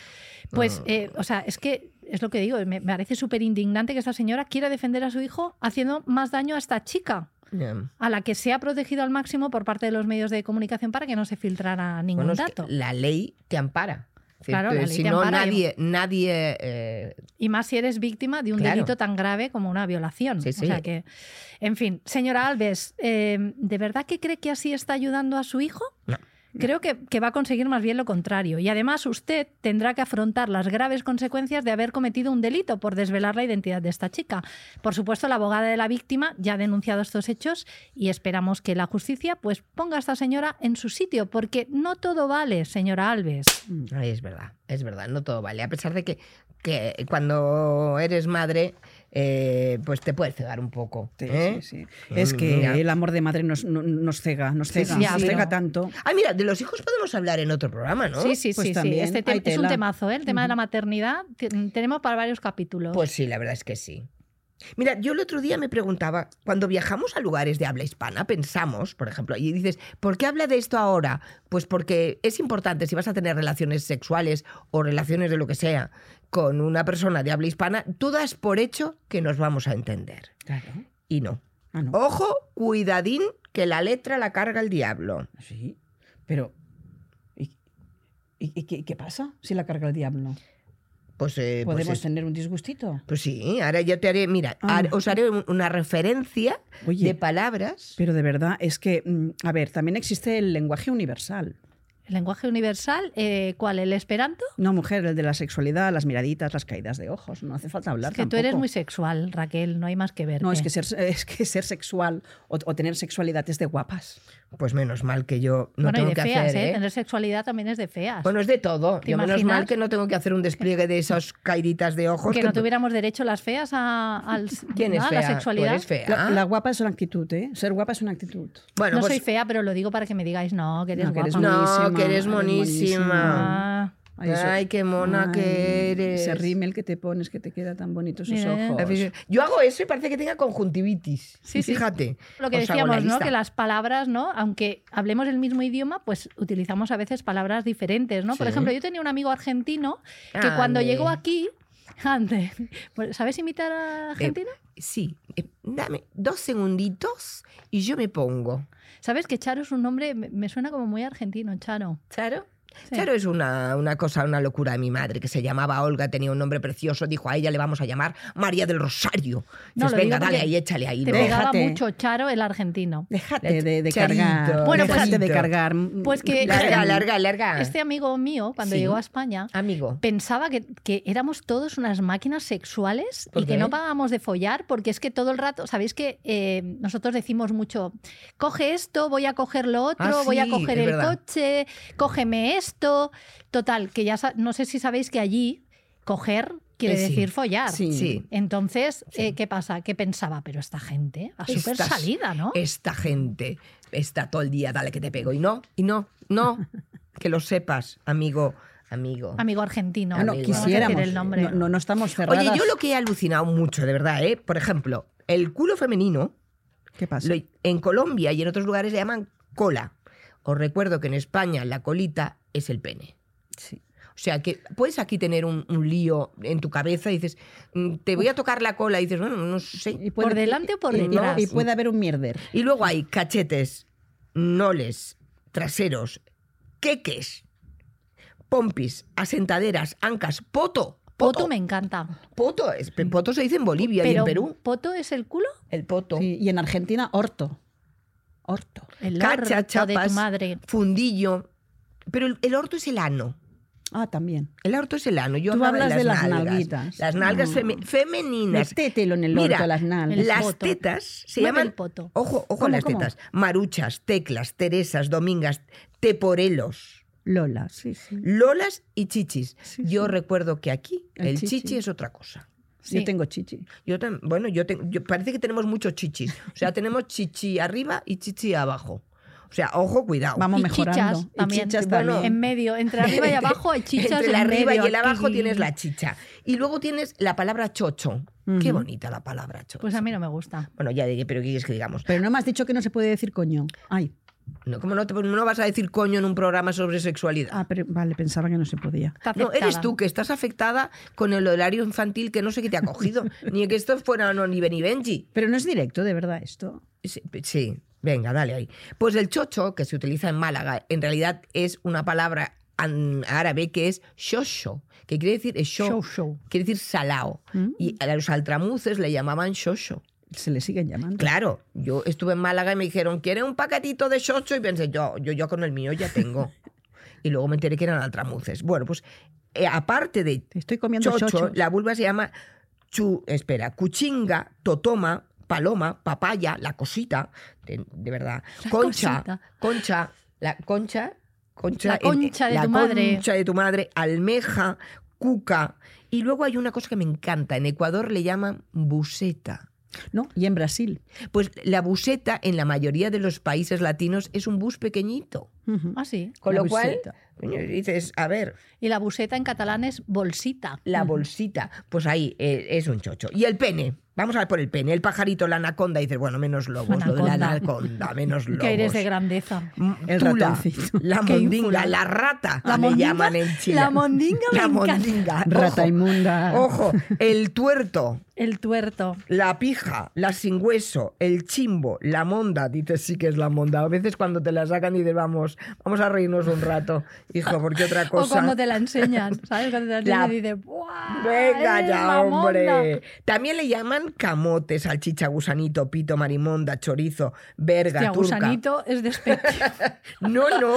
B: Pues, eh, o sea, es que es lo que digo, me me parece súper indignante que esta señora quiera defender a su hijo haciendo más daño a esta chica,
F: Bien.
B: a la que se ha protegido al máximo por parte de los medios de comunicación para que no se filtrara ningún
F: Bueno, es que
B: dato.
F: la ley te ampara. Es decir,
B: Claro, la
F: eh,
B: ley
F: si
B: te
F: no,
B: ampara y-
F: nadie, nadie eh,
B: Y más si eres víctima de un
F: Claro.
B: delito tan grave como una violación.
F: Sí, sí.
B: O sea que, en fin, señora Alves, eh, ¿de verdad que cree que así está ayudando a su hijo?
F: No.
B: Creo que, que va a conseguir más bien lo contrario. Y además usted tendrá que afrontar las graves consecuencias de haber cometido un delito por desvelar la identidad de esta chica. Por supuesto, la abogada de la víctima ya ha denunciado estos hechos y esperamos que la justicia pues, ponga a esta señora en su sitio, porque no todo vale, señora Alves.
F: Mm, Ay, es verdad, es verdad, no todo vale. A pesar de que, que cuando eres madre, eh, pues te puedes cegar un poco.
L: Sí,
F: ¿eh?
L: sí, sí. Es que
F: Mira.
L: el amor de madre nos, no- nos cega, nos cega,
B: sí,
L: nos
B: sí.
L: cega
B: Pero-
L: tanto.
F: Ay, mira, de los hijos podemos hablar en otro programa, ¿no?
B: Sí, sí,
L: Pues
B: sí, sí.
L: también
B: Este
L: hay
B: tem- es un
L: tela.
B: temazo, ¿eh? El tema de la maternidad. Te- Tenemos para varios capítulos.
F: Pues sí, la verdad es que sí. Mira, yo el otro día me preguntaba, cuando viajamos a lugares de habla hispana, pensamos, por ejemplo, y dices, ¿por qué habla de esto ahora? Pues porque es importante, si vas a tener relaciones sexuales o relaciones de lo que sea con una persona de habla hispana, tú das por hecho que nos vamos a entender.
L: Claro.
F: Y no.
L: Ah, no.
F: Ojo, cuidadín, que la letra la carga el diablo.
L: Sí. Pero. ¿Y, y- y qué, qué pasa si la carga el diablo?
F: Pues, eh, pues
L: ¿Podemos
F: es-
L: tener un disgustito?
F: pues sí, ahora yo te haré, mira,
L: Ah.
F: har- os haré un- una referencia
L: Oye.
F: de palabras.
L: Pero de verdad, es que, mm, a ver, también existe el lenguaje universal.
B: El lenguaje universal, eh, ¿cuál? ¿El esperanto?
L: No, mujer, el de la sexualidad, las miraditas, las caídas de ojos. No hace falta hablar.
B: Es que tú eres
L: tampoco.
B: muy sexual, Raquel, no hay más que ver.
L: No, es que ser, es que ser sexual o, o tener sexualidad es de guapas.
F: Pues menos mal que yo
B: bueno,
F: no tengo
B: y de
F: que
B: feas,
F: hacer.
B: ¿eh?
F: ¿eh?
B: Tener sexualidad también es de feas.
F: Bueno, es de todo.
B: ¿Te
F: Yo menos
B: imaginas?
F: mal que no tengo que hacer un despliegue de esas caíditas de ojos.
B: que no tuviéramos derecho las feas a, al-
F: ¿Quién es
B: a
F: fea?
B: la sexualidad.
F: Tú eres fea.
L: La,
B: Ah.
L: la guapa es una actitud, ¿eh? Ser guapa es una actitud.
F: Bueno,
B: no
F: pues-
B: soy fea, pero lo digo para que me digáis, no, que eres
L: No, que eres
B: guapa.
F: No,
L: monísima,
F: que eres
L: eres monísima.
F: monísima.
B: Ah,
F: Ay, qué mona que eres.
M: Ese rímel que te pones, que te queda tan bonito sus
B: Mira, eh.
M: ojos.
F: Yo hago eso y parece que tenga conjuntivitis.
B: Sí, sí.
F: Fíjate.
B: Lo que
F: Os hago la
B: decíamos, ¿no?
F: lista.
B: Que las palabras, ¿no? Aunque hablemos el mismo idioma, pues utilizamos a veces palabras diferentes, ¿no? Por
F: Sí.
B: ejemplo, yo tenía un amigo argentino que
F: Ande.
B: cuando llegó aquí, ande, Bueno, ¿sabes imitar a Argentina?
F: Eh, sí. Eh, dame dos segunditos y yo me pongo.
B: ¿Sabes que Charo es un nombre, me- me suena como muy argentino, Charo?
F: ¿Charo?
B: Sí.
F: Claro, es una, una cosa, una locura de mi madre, que se llamaba Olga, tenía un nombre precioso, dijo a ella le vamos a llamar María del Rosario.
B: No, lo
F: Dices, venga,
B: digo
F: dale
B: porque
F: ahí, échale ahí.
B: Te
F: ¿no?
B: pegaba
M: Déjate.
B: mucho Charo el argentino.
M: Déjate de, de
F: Charito,
M: cargar.
F: Bueno, pues-
M: déjate de
F: Charito.
M: cargar.
B: Pues que
F: Larga, larga, larga.
B: este amigo mío, cuando
F: Sí.
B: llegó a España,
F: Amigo.
B: pensaba que, que éramos todos unas máquinas sexuales
F: ¿Por
B: y que
F: qué?
B: no pagábamos de follar porque es que todo el rato, sabéis que eh, nosotros decimos mucho, coge esto, voy a coger lo otro,
F: Ah,
B: voy a
F: sí,
B: coger
F: es
B: el
F: verdad.
B: coche, cógeme esto. Total, que ya sa- no sé si sabéis que allí coger quiere
F: Eh, sí.
B: decir follar.
M: Sí.
F: Sí.
B: Entonces, eh, ¿qué pasa? Que pensaba, pero esta gente a súper
F: Estas-
B: salida, ¿no?
F: Esta gente está todo el día, dale que te pego. Y no, y no, no. que lo sepas, amigo, amigo.
B: Amigo argentino.
M: Ah, no,
B: vamos a decir
M: quisiéramos.
B: el nombre.
M: No, no, no estamos cerradas.
F: Oye, yo lo que he alucinado mucho, de verdad, ¿eh? Por ejemplo, el culo femenino,
M: ¿Qué pasa?
F: lo- en Colombia y en otros lugares le llaman cola. Os recuerdo que en España la colita es el pene.
M: Sí.
F: O sea, que puedes aquí tener un, un lío en tu cabeza y dices, mm, te voy a tocar la cola y dices, bueno, no sé.
M: Y puede-
B: ¿Por delante o por
M: y- y-
B: detrás?
M: Y, puede haber un mierder.
F: Y luego hay cachetes, noles, traseros, queques, pompis, asentaderas, ancas, poto.
B: Poto me encanta.
F: Poto, es- poto se dice en Bolivia y en
B: Pero
F: Perú.
B: ¿Poto es el culo?
F: El poto.
M: Sí, y en Argentina, orto. Orto.
B: El
F: Cacha,
B: orto de
F: chapas,
B: tu madre.
F: fundillo. Pero el, el orto es el ano.
M: Ah, también.
F: El orto es el ano. Yo
M: Tú
F: hablaba
M: hablas de las
F: nalgas.
M: nalguitas.
F: Las nalgas feme- femeninas.
M: Métetelo en el
F: Mira,
M: orto, las nalgas.
B: El
F: Las
B: poto.
F: tetas se
B: Mueve
F: llaman. Oh,
B: el poto.
F: Ojo, ojo a
M: ¿Cómo,
F: las
M: cómo?
F: tetas. Maruchas, teclas, teresas, domingas, teporelos.
M: Lola, sí, sí.
F: Lolas y chichis.
M: Sí,
F: yo
M: sí.
F: recuerdo que aquí el,
M: El
F: chichi.
M: chichi.
F: es otra cosa.
B: Sí.
M: Yo tengo chichi.
F: Yo tam- bueno, yo, te- yo- parece que tenemos muchos chichis. O sea, tenemos chichi arriba y chichi abajo. O sea, ojo, cuidado.
M: Vamos
B: Ah, Y
M: mejorando.
B: chichas también.
M: Y chichas
F: Bueno,
M: también.
B: En medio, entre arriba y abajo hay chichas.
F: Entre el
B: en
F: arriba
B: medio,
F: y el abajo
B: aquí.
F: tienes la chicha. Y luego tienes la palabra chocho. Qué bonita la palabra chocho.
B: Pues a mí no me gusta.
F: Bueno, ya diré, pero ¿qué quieres que digamos?
M: Pero no me has dicho que no se puede decir coño. Ay.
F: No, ¿Cómo no, te- no vas a decir coño en un programa sobre sexualidad?
M: Ah, pero vale, pensaba que no se podía.
B: Está
F: No, eres
B: aceptada.
F: tú que estás afectada con el horario infantil que no sé qué te ha cogido. ni que esto fuera no, ni Benny Benji.
M: Pero no es directo, de verdad, esto.
F: Sí, sí, venga, dale ahí. Pues el chocho, que se utiliza en Málaga, en realidad es una palabra an- árabe que es shosho, que quiere decir es sho-
B: Shosho. Mm.
F: quiere decir salao. Y a los altramuces le llamaban shosho.
M: Se le siguen llamando.
F: Claro, yo estuve en Málaga y me dijeron, ¿quiere un paquetito de chocho? Y pensé, yo, yo, yo con el mío ya tengo. y luego me enteré que eran altramuces. Bueno, pues eh, aparte de
M: Te estoy comiendo
F: chocho,
M: chocho.
F: la vulva se llama chu, espera, cuchinga, totoma, paloma, papaya, la cosita, de, de verdad,
B: La
F: concha,
B: cosita.
F: concha, la concha, concha,
B: La
F: en-
B: concha de
F: la
B: tu madre.
F: concha de tu madre, almeja, cuca. Y luego hay una cosa que me encanta, en Ecuador le llaman buseta.
M: No, y en Brasil.
F: Pues la buseta en la mayoría de los países latinos es un bus pequeñito.
M: Ujú.
B: Ah, sí.
F: Con
M: La
F: lo cual,
M: buseta.
F: coño, dices, a ver,
B: Y la buseta en catalán es bolsita.
F: la bolsita, pues ahí eh, es un chocho. Y el pene, vamos a ver por el pene, el pajarito, la anaconda, dices, bueno, menos lobos, lo de la
B: Anaconda.
F: anaconda, menos lobos.
B: Que eres de grandeza.
F: Mm,
M: El
F: tula,
M: ratoncito.
F: la
B: Qué
F: mondinga,
B: ínfula.
F: la rata,
B: La
F: le
B: mondinga-
F: llaman en Chile.
B: la mondinga me
F: La
B: encanta.
F: mondinga,
M: Rata
F: ojo,
M: inmunda.
F: Ojo, el tuerto,
B: El tuerto.
F: La pija, la sin hueso, el chimbo, la monda, dices sí que es la monda. A veces cuando te la sacan y dices, vamos, vamos a reírnos un rato, hijo, porque otra
B: O
F: cosa.
B: cuando te la enseñan, ¿sabes? Cuando te la enseñan
F: La-
B: y dices, ¡buah!
F: Venga
B: eres
F: ya,
B: mamonda".
F: hombre. También le llaman camote, salchicha, gusanito, pito, marimonda, chorizo, verga,
B: Hostia,
F: turca.
B: gusanito es despectivo.
F: No, no.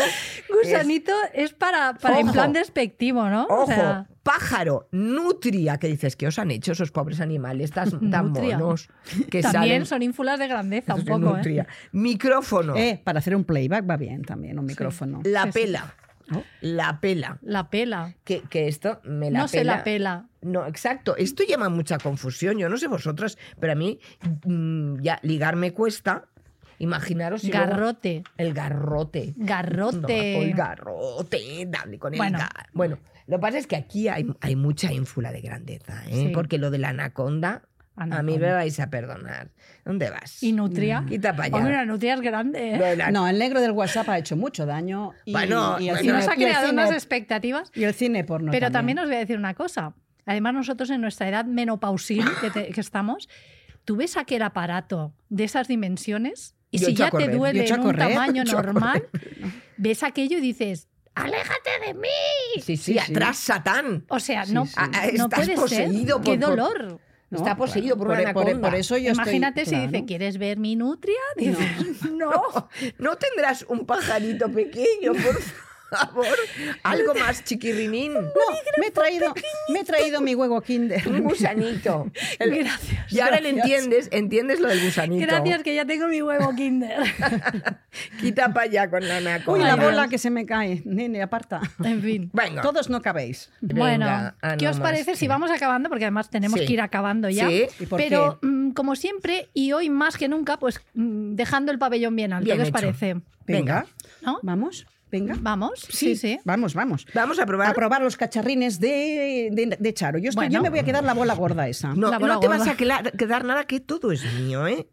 B: gusanito es para, para en
F: Ojo.
B: plan despectivo, ¿no?
F: Ojo,
B: O sea,
F: pájaro, nutria, que dices que os han hecho esos pobres animales tan, tan
B: Nutria.
F: monos que
B: también
F: salen.
B: son ínfulas de grandeza un
F: Entonces,
B: poco, ¿eh?
F: nutria. Micrófono,
M: Eh, para hacer un playback va bien también, un micrófono.
F: la
B: sí, sí.
F: pela. La pela.
B: La pela.
F: que, que esto me la
B: no se la pela.
F: No, exacto. Esto llama mucha confusión. Yo no sé vosotras, pero a mí mm, ya ligar me mm, cuesta. Imaginaros si
B: Garrote.
F: luego- el garrote.
B: Garrote.
F: No, el garrote. Dale con el
B: Bueno.
F: gar- Bueno, lo que pasa es que aquí hay, hay mucha ínfula de grandeza, ¿eh?
B: Sí.
F: porque lo de la anaconda, a mí me vais a perdonar. ¿Dónde vas?
B: Y nutria.
F: Mm, Quita para allá.
B: Hombre, la nutria es grande. ¿eh?
F: Lo de la-
C: No, el negro del WhatsApp ha hecho mucho daño. Y,
F: Bueno,
C: y el
F: bueno.
B: Y
C: cine-
B: nos ha
C: y el
B: creado
C: cine-
B: unas expectativas.
C: y el cine porno.
B: Pero también. os voy a decir una cosa. Además, nosotros en nuestra edad menopausil que, te- que estamos, tú ves aquel aparato de esas dimensiones y
F: Yo
B: si
F: echo a
B: ya
F: correr,
B: te duele
F: yo echo a
B: en un
F: correr,
B: tamaño
F: yo echo a
B: normal, ves aquello y dices, ¡aléjate de mí!
F: Sí, sí,
C: Sí, sí.
F: atrás Satán.
B: O sea,
C: Sí,
B: no,
C: sí.
F: Ah, ah,
B: no
F: estás
B: puede ser.
F: poseído
B: ¡Qué
F: por- por-
B: dolor!
C: No,
F: Está poseído por,
C: por, e-
F: una
C: por-
F: anaconda.
C: por eso yo estoy-
B: Imagínate si
C: claro.
B: dice, ¿quieres ver mi nutria?
C: No.
B: Dices, no.
F: ¿No tendrás un pajarito pequeño, por favor? Algo más chiquirrinín.
C: No, me he traído, me he traído mi huevo Kinder.
F: Un gusanito. El-
B: Gracias.
F: Y ahora le
C: Gracias.
F: entiendes, entiendes lo del gusanito.
B: Gracias, que ya tengo mi huevo Kinder.
F: Quita para allá con la
C: Uy,
F: anaconda.
C: la bola que se me cae. Nene, aparta.
B: en fin.
F: Venga.
C: Todos no cabéis.
F: Venga, ah,
B: bueno, ¿qué
F: no
B: os
F: más.
B: parece si vamos acabando? Porque además tenemos
F: Sí.
B: que ir acabando ya.
F: Sí.
C: ¿Y por
B: Pero mm, como siempre, y hoy más que nunca, pues mm, dejando el pabellón bien alto,
F: Bien
B: ¿qué os
F: hecho.
B: parece?
C: qué? Venga.
B: ¿No?
C: Vamos, venga.
B: ¿Vamos? Sí, sí.
C: Vamos, vamos.
F: Vamos a probar.
C: A probar los cacharrines de, de- de Charo. Yo, estoy,
B: Bueno.
C: yo me voy a quedar la bola gorda esa.
F: No,
B: La bola
F: no te
B: gorda.
F: vas a quela- quedar nada que todo es mío, ¿eh?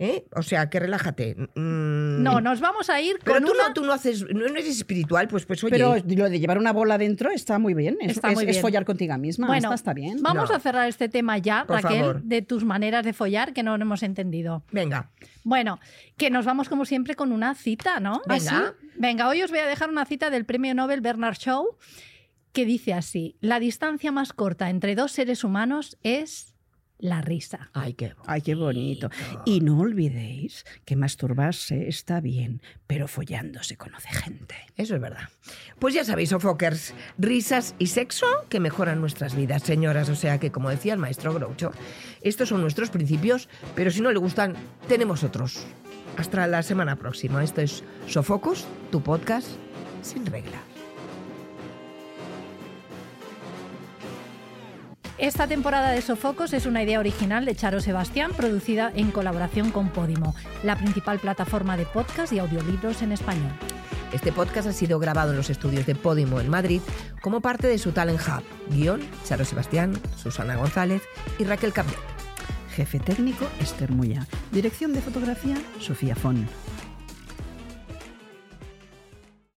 F: ¿Eh? O sea, que relájate. Mm.
B: No, nos vamos a ir
F: Pero
B: con
F: tú,
B: una...
F: no, tú no haces, no eres espiritual, pues, pues oye.
C: Pero lo de llevar una bola dentro está muy bien. Es,
B: Está
C: es-
B: muy
C: es
B: bien.
C: follar contigo misma.
B: Bueno,
C: Esta está bien.
B: vamos
F: No.
B: a cerrar este tema ya,
F: Por
B: Raquel,
F: favor.
B: de tus maneras de follar que no hemos entendido.
F: Venga,
B: Bueno, que nos vamos como siempre con una cita, ¿no?
F: Venga.
B: ¿Así? Venga, hoy os voy a dejar una cita del premio Nobel Bernard Shaw que dice así: La distancia más corta entre dos seres humanos es la risa.
F: ay, qué bo-
C: Ay, qué bonito. Y no olvidéis que masturbarse está bien, pero follando se conoce gente.
F: Eso es verdad. Pues ya sabéis, Ofokers, risas y sexo que mejoran nuestras vidas, señoras. O sea que, como decía el maestro Groucho, estos son nuestros principios, pero si no le gustan, tenemos otros. Hasta la semana próxima. Esto es Sofocus, tu podcast sin reglas.
B: Esta temporada de Sofocos es una idea original de Charo Sebastián, producida en colaboración con Podimo, la principal plataforma de podcast y audiolibros en español.
F: Este podcast ha sido grabado en los estudios de Podimo en Madrid como parte de su Talent Hub. Guión, Charo Sebastián, Susana González y Raquel Cabret.
C: Jefe técnico, Esther Muya. Dirección de fotografía, Sofía Fon.